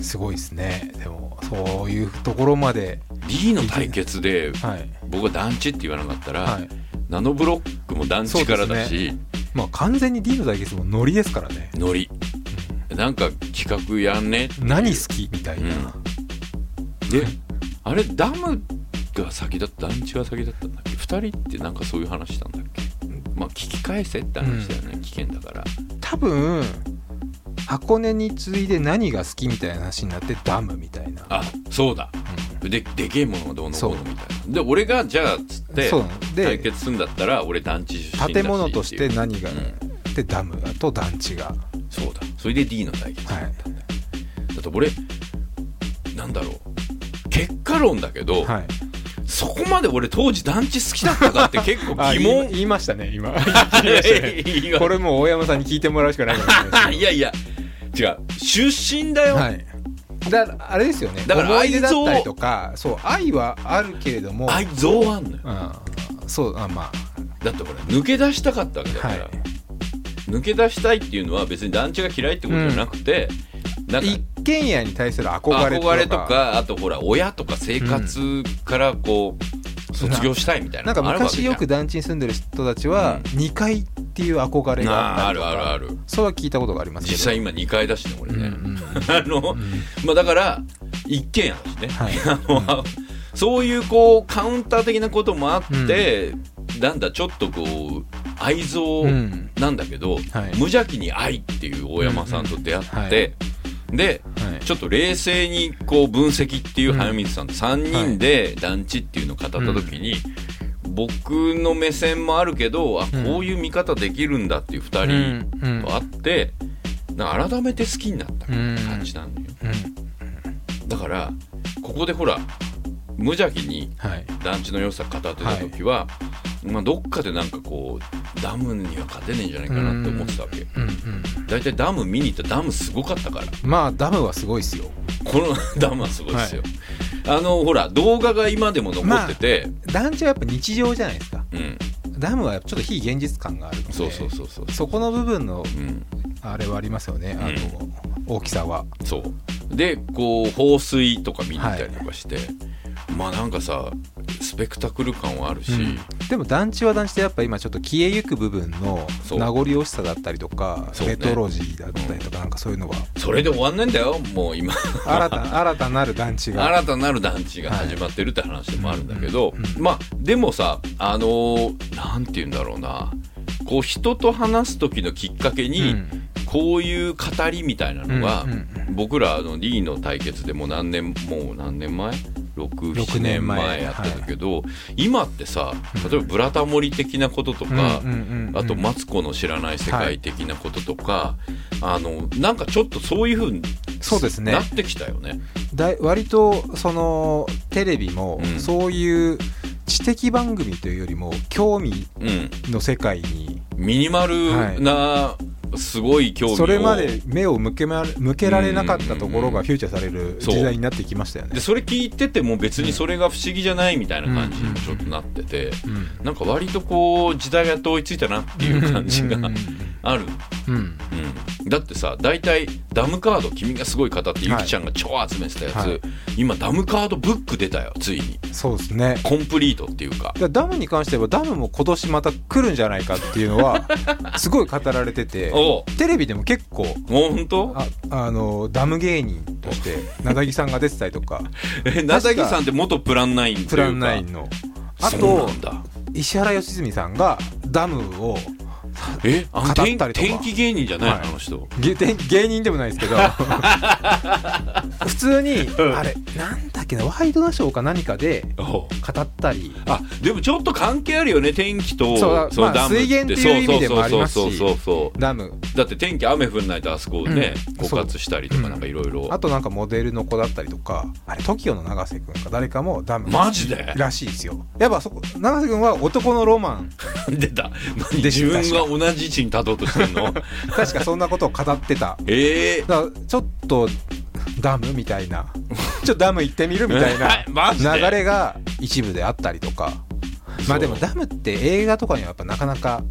S3: すごいですねでもそういうところまで
S2: D の対決で
S3: はい
S2: 僕は団地って言わなかったら、
S3: はい
S2: ナノブロックも団地からだ
S3: そう
S2: し、
S3: まあ完全に D の対決もノリですからね
S2: ノリなんか企画やんね
S3: 何好きみたいな、
S2: であれダムが先だった団地が先だったんだっけ2人ってなんかそういう話したんだっけまあ聞き返せって話だよね、危険だから
S3: 多分箱根に次いで何が好きみたいな話になってダムみたいな、
S2: あそうだ
S3: う
S2: ででけえものがどうのこうの
S3: そ
S2: み
S3: う
S2: たいなで俺がじゃあつっ
S3: ん
S2: て
S3: そうなの
S2: 対
S3: で
S2: 決するんだったら俺団地出身だし
S3: 建物として
S2: っていう
S3: 何が、でダムだと団地が
S2: そうだそれで D の対決だったんだよ、だって俺なんだろう結果論だけど、
S3: はい
S2: そこまで俺当時団地好きだったか
S3: *laughs*
S2: って結構疑
S3: 言い
S2: 問
S3: 言いましたね
S2: *laughs*
S3: 今言いましたね
S2: いや
S3: これもう大山さんに聞いてもらうしかないかもしれない
S2: いやいや違う出身だよ、
S3: はいだからあれですよね
S2: だから
S3: 思い出だ
S2: 愛憎
S3: ったりとかそう愛はあるけれども
S2: 愛憎あんのよ
S3: うん、そうあま
S2: だってこれ抜け出したかったわけだ
S3: あ
S2: か
S3: はい
S2: ら、抜け出したいっていうのは別に団地が嫌いってことじゃなくて、なんか
S3: 一軒家に対する憧れとか
S2: 憧れとかあとほら親とか生活からこう卒業したいみたい
S3: な
S2: なん
S3: か
S2: のがあるわけ
S3: 昔
S2: じゃ
S3: よく団地に住んでる人たちは2階っていう憧れが
S2: あ
S3: あ
S2: あ
S3: る
S2: る
S3: とか
S2: あるある
S3: それは聞いたことがありますけど
S2: 実際今2階だしね俺ね、
S3: うんうんうん
S2: *laughs* あの、まあだから一軒家だしね、
S3: はい
S2: *laughs* あのそういうこうカウンター的なこともあって、なんだちょっとこう愛憎
S3: うん
S2: なんだけど、
S3: はい
S2: 無邪気に愛っていう大山さんと出会
S3: うんうん
S2: っ
S3: は
S2: て、で
S3: はい
S2: ちょっと冷静にこう分析っていう
S3: うん
S2: 早水さんと3人で団地っていうのを語った時に、僕の目線もあるけどあ
S3: うん
S2: こういう見方できるんだっていう2人、
S3: うん
S2: あってなんか改めて好きになった
S3: うん
S2: 感じなんだよ、
S3: うん
S2: だからここでほら無邪気に
S3: はい
S2: 団地の良さ語ってた時は、まあ、どっかでなんかこうダムには勝てねえんじゃないかなって思ってたわけ
S3: うんうん
S2: 大体ダム見に行ったダムすごかったから
S3: まあダムはすごいですよ
S2: このダムはすごいですよ、あのほら動画が今でも残ってて、
S3: 団地はやっぱ日常じゃないですか
S2: うん
S3: ダムはちょっと非現実感があるので
S2: そうそうそうそう
S3: そこの部分の
S2: うん
S3: あれはありますよねあの大きさは
S2: そうでこう放水とか見に行ったりとかして、まあなんかさスペクタクル感はあるし、
S3: でも団地は団地でやっぱ今ちょっと消えゆく部分の
S2: そう
S3: 名残惜しさだったりとか、
S2: そうね
S3: レトロジーだったりとかなんかそういうのは
S2: それで終わんないんだよもう今
S3: 新
S2: *laughs*
S3: た新たなる団地が
S2: 新たなる団地が始まってるって話でもあるんだけど、
S3: うんうん
S2: まあでもさあのーなんて言うんだろうなこう人と話す時のきっかけに、
S3: うん
S2: ここういう語りみたいなのが
S3: うんうん
S2: 僕らあのリーの対決でもう何年もう何年前67
S3: 六
S2: 年
S3: 年前
S2: 前やってたけど、今ってさ例えば「ブラタモリ」的なこととか、
S3: うんうんうん
S2: あと「マツコの知らない世界」的なこととか、あのなんかちょっとそういうふうに
S3: そうですね
S2: なってきたよね。
S3: だい割とそのテレビも
S2: うん
S3: そういう知的番組というよりも興味
S2: うん、
S3: の世界に
S2: ミニマルなすごい興味を、
S3: それまで目を向けま向けられなかったところ
S2: うんうんう
S3: が
S2: ん
S3: フューチャーされる
S2: そう
S3: 時代になってきましたよ
S2: で
S3: ね。
S2: それ聞いてても別にそれが不思議じゃないみたいな感じにちょっとなってて、
S3: うん
S2: なんか割とこう時代が追いついたなっていう感じが
S3: うんうん
S2: *laughs* ある、
S3: うんう
S2: う
S3: ん
S2: ん、だってさ大体ダムカード君がすごい方ってゆきちゃんが超集めてたやつ、
S3: はい
S2: 今ダムカードブック出たよついに
S3: そうですね
S2: コンプリートっていうか
S3: だからダムに関してはダムも今年また来るんじゃないかっていうの *laughs* はすごい語られてて
S2: おう
S3: テレビでも結構
S2: もう本当
S3: ああのダム芸人として名田木さんが出てたりと *laughs* か
S2: えなだぎさんって元プランナインっていうか
S3: プランナインのあ
S2: そう
S3: と
S2: なんだ
S3: 石原良純さんがダムを
S2: えあの
S3: 語ったり
S2: 天
S3: と
S2: 天
S3: か
S2: 気芸人じゃない、
S3: はい
S2: あの人
S3: 芸芸芸人でもないですけ *laughs* ど普通に
S2: ん
S3: あれなんだっけなワイドナショーか何かで
S2: おう
S3: 語ったり
S2: あでもちょっと関係あるよね天気と
S3: そう
S2: の
S3: まあ
S2: ダム
S3: 水源っていう意味でもありますし
S2: そうそうそうそうそう
S3: ダム
S2: だって天気雨降んないとあそこね、
S3: うん
S2: 枯渇したりと
S3: そ
S2: か
S3: う
S2: なんかいろいろ
S3: あとなんかモデルの子だったりとかあれ TOKIO の永瀬君か誰かもダム
S2: マジで
S3: らしいですよやっぱそこ永瀬君は男のロマン
S2: 出た何
S3: で
S2: 自分が同じ位置に立とうとしてんの
S3: *laughs* 確かそんなことを語ってた
S2: ええ
S3: だからちょっとダムみた
S2: *laughs*
S3: いなちょっとダム行ってみるみたい
S2: はいマジ
S3: な
S2: で
S3: 流れが一部であったりとかまあでもダムって映画とかにはやっぱなかなか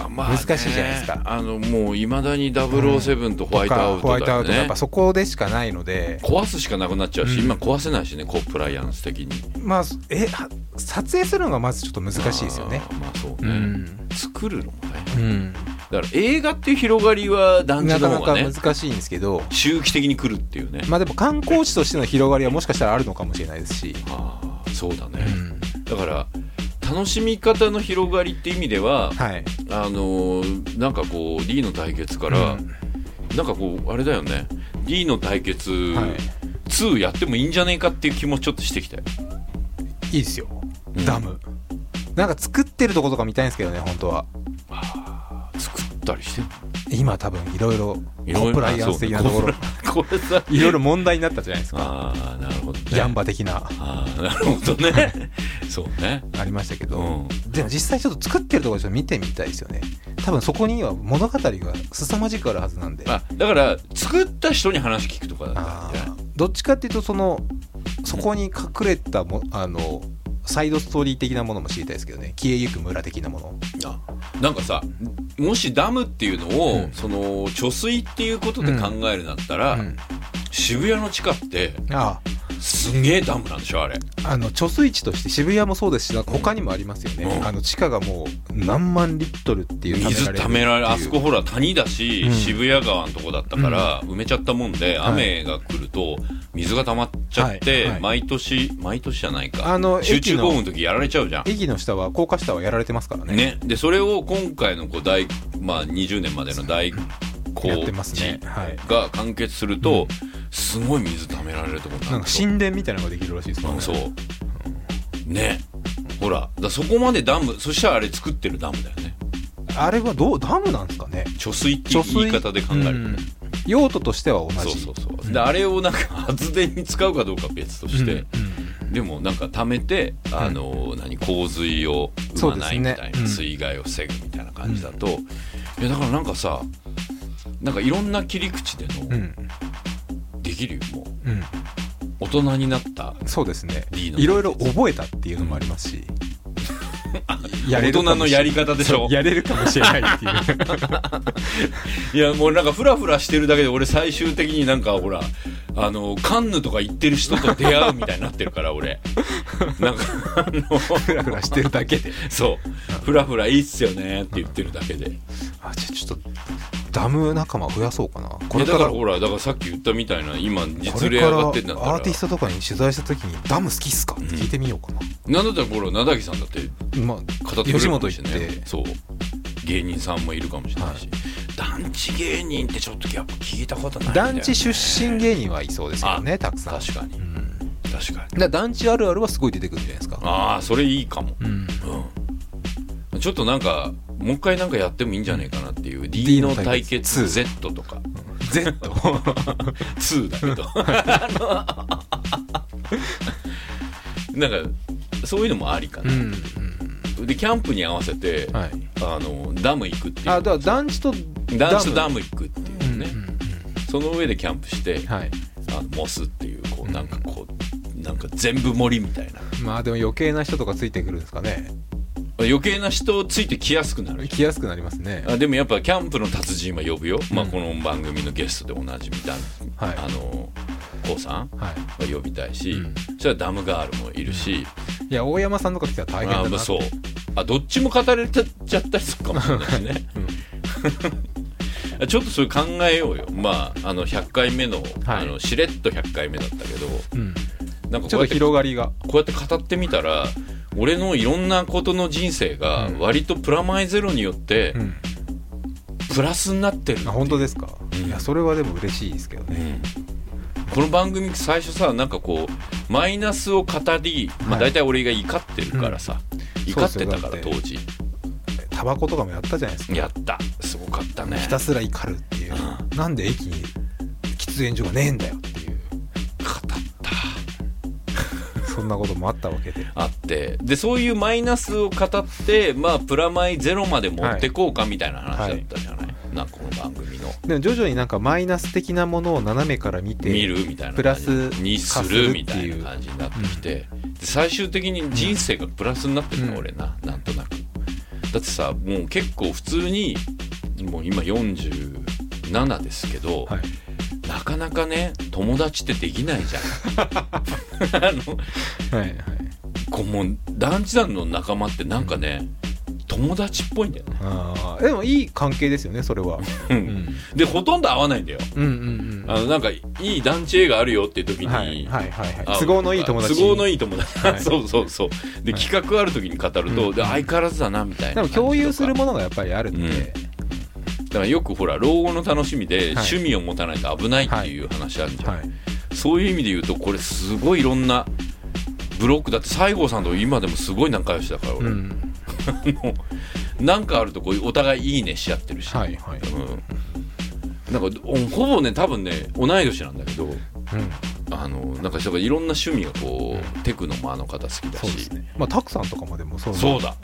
S2: あまあね
S3: 難しいじゃないですか
S2: あのもういまだに007とホワイトアウ
S3: ホワ
S2: ト
S3: イト
S2: だ
S3: ア
S2: よ
S3: ウトやっ
S2: ね
S3: ぱそこでしかないので
S2: 壊すしかなくなっちゃうし、
S3: うん
S2: 今壊せないしねコンプライアンス的に
S3: まあえは撮影するのがまずちょっと難しいですよね
S2: あーまあそう
S3: う
S2: ね、
S3: ん、
S2: 作るのもね
S3: うん、
S2: だから映画っていう広がりは団地
S3: なか
S2: の
S3: な
S2: 方が
S3: か
S2: ね
S3: 難しいんですけど
S2: 周期的に来るっていうね、
S3: まあでも観光地としての広がりはもしかしたらあるのかもしれないですし、
S2: ああそうだね、
S3: うん、
S2: だから楽しみ方の広がりって意味では
S3: はい
S2: あのーなんかこう D の対決から、
S3: うん
S2: なんかこうあれだよね D の対決、
S3: は
S2: 2やってもいいんじゃねえかっていう気もちょっとしてきたよ、
S3: いいですよ
S2: うん
S3: ダム、なんか作ってるとことか見たいんですけどね本当は
S2: 作ったりして
S3: 今多分いろいろ
S2: いろいろ
S3: コンプライアンス的なところ
S2: *laughs* これさ
S3: いろいろ問題になったじゃないですか
S2: ああなるほどね
S3: *laughs* ヤンバ的な
S2: ああなるほどね *laughs* そうね
S3: ありましたけ
S2: う
S3: ど、
S2: ん
S3: でも実際ちょっと作ってるところちょっと見てみたいですよね多分そこには物語が凄まじくあるはずなんで
S2: あだから作った人に話聞くとかだったんじゃない
S3: あーどっちかっていうとそのそこに隠れたもあのサイドストーリー的なものも知りたいですけどね消えゆく村的なもの
S2: あなんかさもしダムっていうのを、
S3: うん
S2: その貯水っていうことで考えるんだったら、
S3: うん
S2: 渋谷の地下って
S3: あ
S2: すんげえダムなんでしょあれ
S3: あの貯水池として渋谷もそうですしなんか他にもありますよね、
S2: うん
S3: あの地下がもう何万リットルっていう
S2: 水ためられ
S3: る
S2: あそこほら谷だし、
S3: うん
S2: 渋谷川のとこだったから、埋めちゃったもんで
S3: い
S2: 雨が来ると水が溜まっちゃって、
S3: はいはい
S2: 毎年毎年じゃないか
S3: あの
S2: 集中豪雨
S3: 駅
S2: の時やられちゃうじゃん
S3: の駅の下は高架下はやられてますからね
S2: ね、でそれを今回のこう大、まあ、20年までの大工
S3: やってます
S2: 事
S3: ねはい
S2: が完結すると、すごい水ためられるところに
S3: な
S2: なんる
S3: か
S2: と
S3: 神殿みたいなのができるらしいですもんね
S2: そうねほらだそこまでダムそしたらあれ作ってるダムだよね
S3: あれはどうダムなんですかね
S2: 貯水っていう言い方で考えるとね、
S3: うん用途としては同
S2: そう
S3: じ
S2: そうそう、であれをなんか発電に使うかどうかは別として、
S3: うんうん
S2: でもなんか溜めて、あの何洪水を生まないみた
S3: そう
S2: いな、
S3: ですねうん
S2: 水害を防ぐみたいな感じだと、いやだからなんかさなんかいろんな切り口での、
S3: うん
S2: できるよもう
S3: うん
S2: 大人になった
S3: そうですね
S2: リーの
S3: いろいろ覚えたっていうのもありますし、
S2: 大人のやり
S3: 方
S2: 方でしょ
S3: やれるかもしれないっていう
S2: いやもうなんかフラフラしてるだけで俺最終的になんかほらあのカンヌとか行ってる人と出会うみたいになってるから俺なんかあの
S3: ふらふらしてるだけで
S2: *laughs* そうフラフラいいっすよねって言ってるだけで
S3: あじゃあちょっとダム仲間増やそうかないこ
S2: や
S3: れ
S2: だか
S3: か
S2: ららほらだからさっき言ったみたいな今
S3: こ
S2: 実
S3: れ
S2: 例
S3: か
S2: 上
S3: ら
S2: が
S3: ア
S2: ってんだったら
S3: ーティストとかに取材した時に「ダム好きっすか?」って聞いてみようか
S2: な
S3: な、
S2: んだったらほら名木さんだって
S3: まあ
S2: 片手くれるかもし
S3: 吉
S2: れな
S3: 本
S2: い
S3: 行って
S2: そう芸人さんもいるかもしれないし、団地芸人ってちょっとやっぱ聞いたことないんだよね
S3: 団地出身芸人はいそうですよねたくさん
S2: 確かに
S3: うんだか
S2: 確かに
S3: ら団地あるあるはすごい出てくるんじゃないですか
S2: ああそれいいかも
S3: うん
S2: うんちょっとなんかもう一回なんかやってもいいんじゃないかなっていう D
S3: D
S2: の
S3: の
S2: 対
S3: 対
S2: 決
S3: 決
S2: Z とか
S3: Z
S2: 2だけ
S3: *laughs*
S2: ど *laughs* なんかそういうのもありか
S3: うん
S2: な、でキャンプに合わせて、
S3: うんはい
S2: あのダム行くっていう
S3: あだから団地と
S2: ダンスダ
S3: ム
S2: ム行くっていううんね、
S3: うん
S2: その上でキャンプして、
S3: うんはい
S2: あのモスっていうこうなんかこうなんか全部森みたいな
S3: まあでも余計な人とかついてくるんですかね
S2: 余計な人ついてきやすくなる
S3: 来やすくなりますね
S2: あでもやっぱキャンプの達人は呼ぶよ、まあ、この番組のゲストでおなじみだ、
S3: はい
S2: あの k さんは
S3: はい
S2: 呼びたいし、
S3: うん
S2: そしたらダムガールもいるし、
S3: いや大山さんとか来たら大変
S2: あ
S3: だ
S2: まあ
S3: な
S2: そうあどっちも語れちゃちゃったりするかもしれないし
S3: *laughs*
S2: ね、 *laughs* ちょっとそれ考えようよまああの100回目の,、
S3: は
S2: あ
S3: い
S2: のしれっと100回目だったけど
S3: うん
S2: なんか
S3: ちょ
S2: こうやって
S3: っと広がりが
S2: こうやって語ってみたら俺のいろんなことの人生が割とプラマイゼロによって
S3: うん
S2: プラスになってるっていう
S3: あ本当ですか
S2: うん
S3: いやそれはでも嬉しいですけどね
S2: この番組最初さなんかこうマイナスを語り、まあ、
S3: は
S2: 大
S3: い
S2: 体俺が怒ってるからさ、
S3: ん
S2: 怒ってたか
S3: そ
S2: ら
S3: うです
S2: 当
S3: よだ
S2: 時
S3: タバコとかもやったじゃないですか
S2: やったすごかったね
S3: ひたすら怒るっていう
S2: う
S3: なんで駅に喫煙所がねえんだよっていう
S2: 語った
S3: そんなこともあったわけで
S2: あってでそういうマイナスを語ってまあプラマイゼロまで持ってこうかみたいな話だったじゃない、なんかこの番組の
S3: でも徐々になんかマイナス的なものを斜めから見て
S2: 見るみたいな感じ
S3: プラス
S2: にするみたいな感じになってきてで最終的に人生がプラスになってるの、
S3: うん
S2: 俺ななんとなくだってさもう結構普通にもう今47ですけど、
S3: はい
S2: なかなかね友達ってできないじ
S3: *laughs*
S2: ゃんあの
S3: はいはい
S2: こうもう団地団の仲間ってなんかね、友達っぽいんだよね、
S3: あーでもいい関係ですよねそれはうん
S2: でほとんど会わないんだよ
S3: うんうんうん
S2: あのなんかいい団地映画あるよっていう時に、
S3: はいはいはいは
S2: あ
S3: い都合のいい友達
S2: 都合の
S3: い
S2: いい友達、
S3: はい
S2: *laughs* そうそうそうで、
S3: はい
S2: 企画ある時に語ると、
S3: うん
S2: で相変わらずだなみたい
S3: で
S2: な
S3: も共有する
S2: も
S3: ものがやっぱりあるんで
S2: だからよくほら老後の楽しみで
S3: い
S2: 趣味を持たないと危ないっていう話あるじゃん、
S3: はい
S2: そういう意味で言うとこれすごいいろんなブロックだって西郷さんと今でもすごい仲良しだから俺、
S3: うん
S2: なんかあるとこうお互いいいねし合ってるし、
S3: はいはい
S2: うん、なんかおほぼね多分ね同い年なんだけど
S3: うん
S2: あのなんかだからいろんな趣味がこう、テクノもあの方好きだ
S3: そうで
S2: し
S3: すねまあたくさんとかもでもそうだ
S2: そうだ、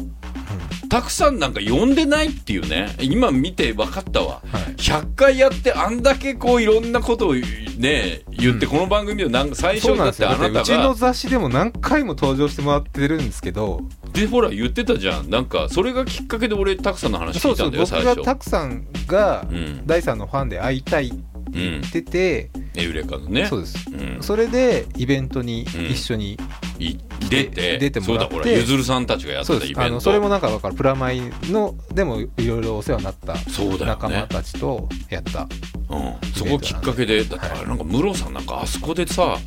S2: たくさんなんか呼んでないっていうね今見て分かったわ
S3: はい
S2: 100回やってあんだけこういろんなことをね言って、
S3: うん
S2: この番組でなんか最
S3: そ
S2: 初
S3: うな
S2: だ
S3: んで
S2: っ
S3: す
S2: て
S3: よ
S2: あ
S3: だ
S2: な
S3: ってう
S2: た
S3: ち
S2: が
S3: の雑誌でも何回も登場してもらってるんですけど
S2: でほら言ってたじゃんなんかそれがきっかけで俺たくさんの話
S3: そ
S2: 聞
S3: う
S2: いた
S3: そ
S2: ん
S3: う
S2: だよ
S3: 僕
S2: 最
S3: が
S2: 初
S3: タクさんが
S2: うん
S3: 第三のファンで会いたいって言ってて、
S2: エウレカのね
S3: そうです
S2: うん
S3: それでイベントに一緒に、
S2: い出て
S3: 出てもらって
S2: そうだほらゆずるさんたちがやっ
S3: そう
S2: て
S3: で
S2: たイベ
S3: すあ
S2: ント
S3: のそれもなんかだからプラマイのでもいろいろお世話になった
S2: そうだよね
S3: 仲間たちとやった、
S2: うん、そこきっかけでだってあれなんかムロさんなんかあそこでさ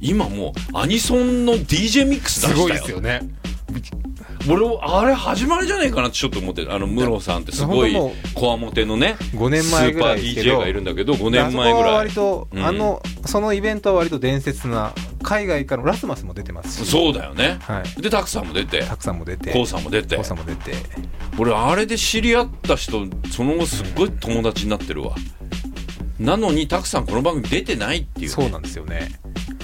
S2: 今もうアニソンの DJ ミックス出したよ
S3: ね
S2: 俺あれ始まりじゃないかなってちょっと思ってるあのムロさんってすごい
S3: いや本当も
S2: こわもてのね
S3: 5年前ぐらい
S2: ス
S3: で
S2: ー
S3: す
S2: パー
S3: け
S2: DJ
S3: ど
S2: がいるんだけど5年前ぐら
S3: あ
S2: い
S3: そこは割と、
S2: うん
S3: あのそのイベントは割と伝説な海外からのラスマスも出てますし、
S2: そうだよね
S3: はい、
S2: でタクさんも出て
S3: たくさんも出て
S2: コウさんも出て
S3: コウさんも出て
S2: 俺あれで知り合った人その後すっごい友達になってるわなのにタクさんこの番組出てないっていうね
S3: そうなんですよね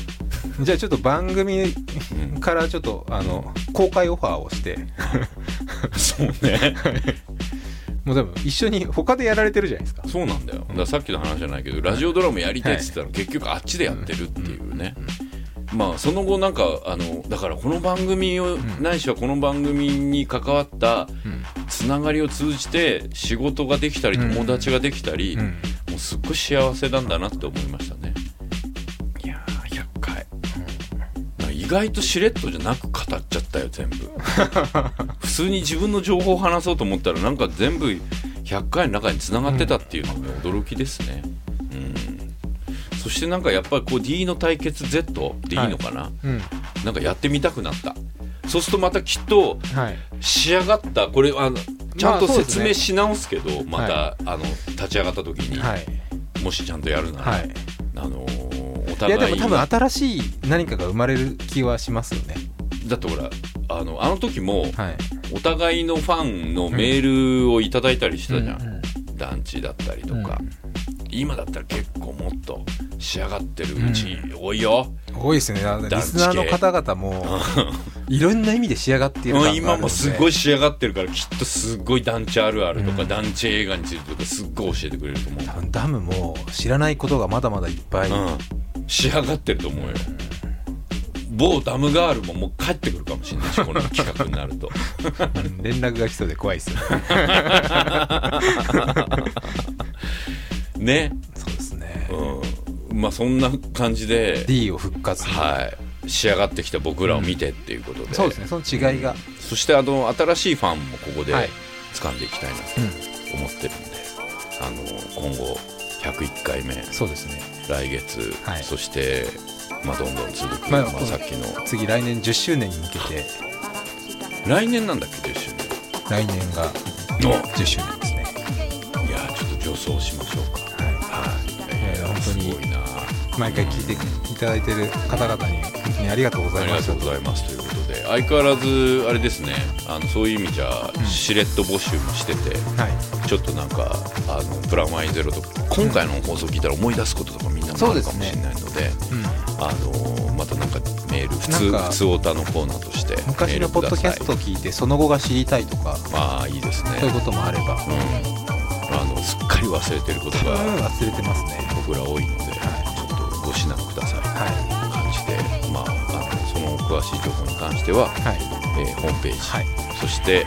S3: *laughs* じゃあちょっと番組
S2: ん
S3: からちょっとあの公開オファーをして
S2: そうね
S3: もう多分一緒に他でやられてるじゃないですか
S2: そうなんだよだからさっきの話じゃないけどラジオドラマやりたいって言ってたら結局あっちでやってるっていうねまあその後なんかあのだからこの番組を
S3: ん
S2: ないしはこの番組に関わった
S3: うん
S2: つながりを通じて仕事ができたり
S3: うん
S2: 友達ができたり
S3: う
S2: も
S3: ん
S2: うすっごい幸せなんだなって思いましたねいやー100回なんか意外としれっとじゃなく語っちゃったよ全部 *laughs* 普通に自分の情報を話そうと思ったらなんか全部100回の中に繋がってたっていうのが驚きですねうんそしてなんかやっぱりこう D の対決 Z でいいのかな、
S3: うん
S2: なんかやってみたくなったそうするとまたきっと
S3: はい
S2: 仕上がったこれあのちゃんと
S4: まあそうです
S2: 説
S4: ね
S2: 明し直すけど、また、あの立ち上がった時に、
S3: はい
S2: もしちゃんとやるなら、
S3: はい
S2: あのーお
S3: いやで
S2: 互い
S3: も多分新しい何かが生まれる気はしますよね
S2: だってほらあのあの時も
S3: はい
S2: お互いのファンのメールをいただいたりしてたじゃん、団地だったりとか、今だったら結構もっと仕上がってるうち多いよ、
S3: 多いですねあの
S2: 団
S3: リ
S2: 地系
S3: スナーの方々
S2: *laughs*
S3: もいろんな意味で仕上がっている
S2: う
S3: 感があ
S2: ん
S3: る
S2: 今もすご
S3: い
S2: い仕上がってるからきっとすごい団地あるあるとか、
S3: うん
S2: 団地映画についてとかすっごい教えてくれると思う
S3: 多分ダムも知らないことがまだまだいっぱい、
S2: うん、仕上がってると思うよ、某ダムガールももう帰ってくるかもしれないしこの企画にな
S3: *laughs*
S2: ると
S3: 連絡が来そうで怖いですよね
S2: ね
S3: そうですね
S2: うんまあそんな感じで、
S3: D を復活
S2: はい、仕上がってきた僕らを見てっていうことで、
S3: そうですねその違いが、
S2: そしてあの新しいファンもここで
S3: はい
S2: 掴んでいきたいなと思ってるんで、あの今後101回目
S3: そうですね
S2: 来月、
S3: はい
S2: そして、まあ、どんどん続く、
S3: まあ
S2: まあ、さっきの
S3: 次来年10周年に向けて
S2: 来年なんだっけ10周年
S3: 来年が
S2: の
S3: 10周年ですね
S2: いやーちょっと助走しましょうかはい
S3: いや本当に
S2: すごいな
S3: 毎回聞いていただいてる方々に本当にありがとうござ
S2: あ
S3: い
S2: り
S3: ま
S2: が
S3: し
S2: と
S3: た
S2: うございますということで相変わらずあれですねあのそういう意味じゃ、しれっと募集もしてて
S3: はい、
S2: ちょっとなんかあのプラマイゼロとか今回の放送聞いたら思い出すこととかみんなもあるかもしれないのであのまたなんかメール普通
S3: なんか
S2: 普通オタのコーナーとしてメ
S3: 昔
S2: ール
S3: のポ
S2: くだ
S3: ッドキ
S2: さ
S3: ャ
S2: い
S3: ストを聞いてその後が知りたいとか
S2: まあいいですね
S3: そういうこともあれば
S2: うんあのすっかり忘れてること
S3: 多分
S2: が
S3: 忘れてますね
S2: 僕ら多いのでちょっとご指南ください
S3: は
S2: 感じで、まあ、あのその詳しい情報に関しては、
S3: いはい
S2: えーホームページ、
S3: はい
S2: そして、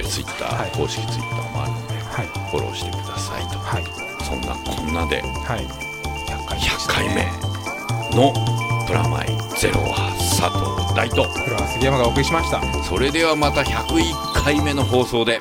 S2: えー、ツイッター、
S3: はい
S2: 公式ツイッターもあるので
S3: はい
S2: フォローしてくださいと、
S3: はい
S2: そんなこんなで
S3: はい
S2: 100回目の「プラマイゼロは佐藤大と
S3: これは杉山がお送りしました
S2: それではまた101回目の放送で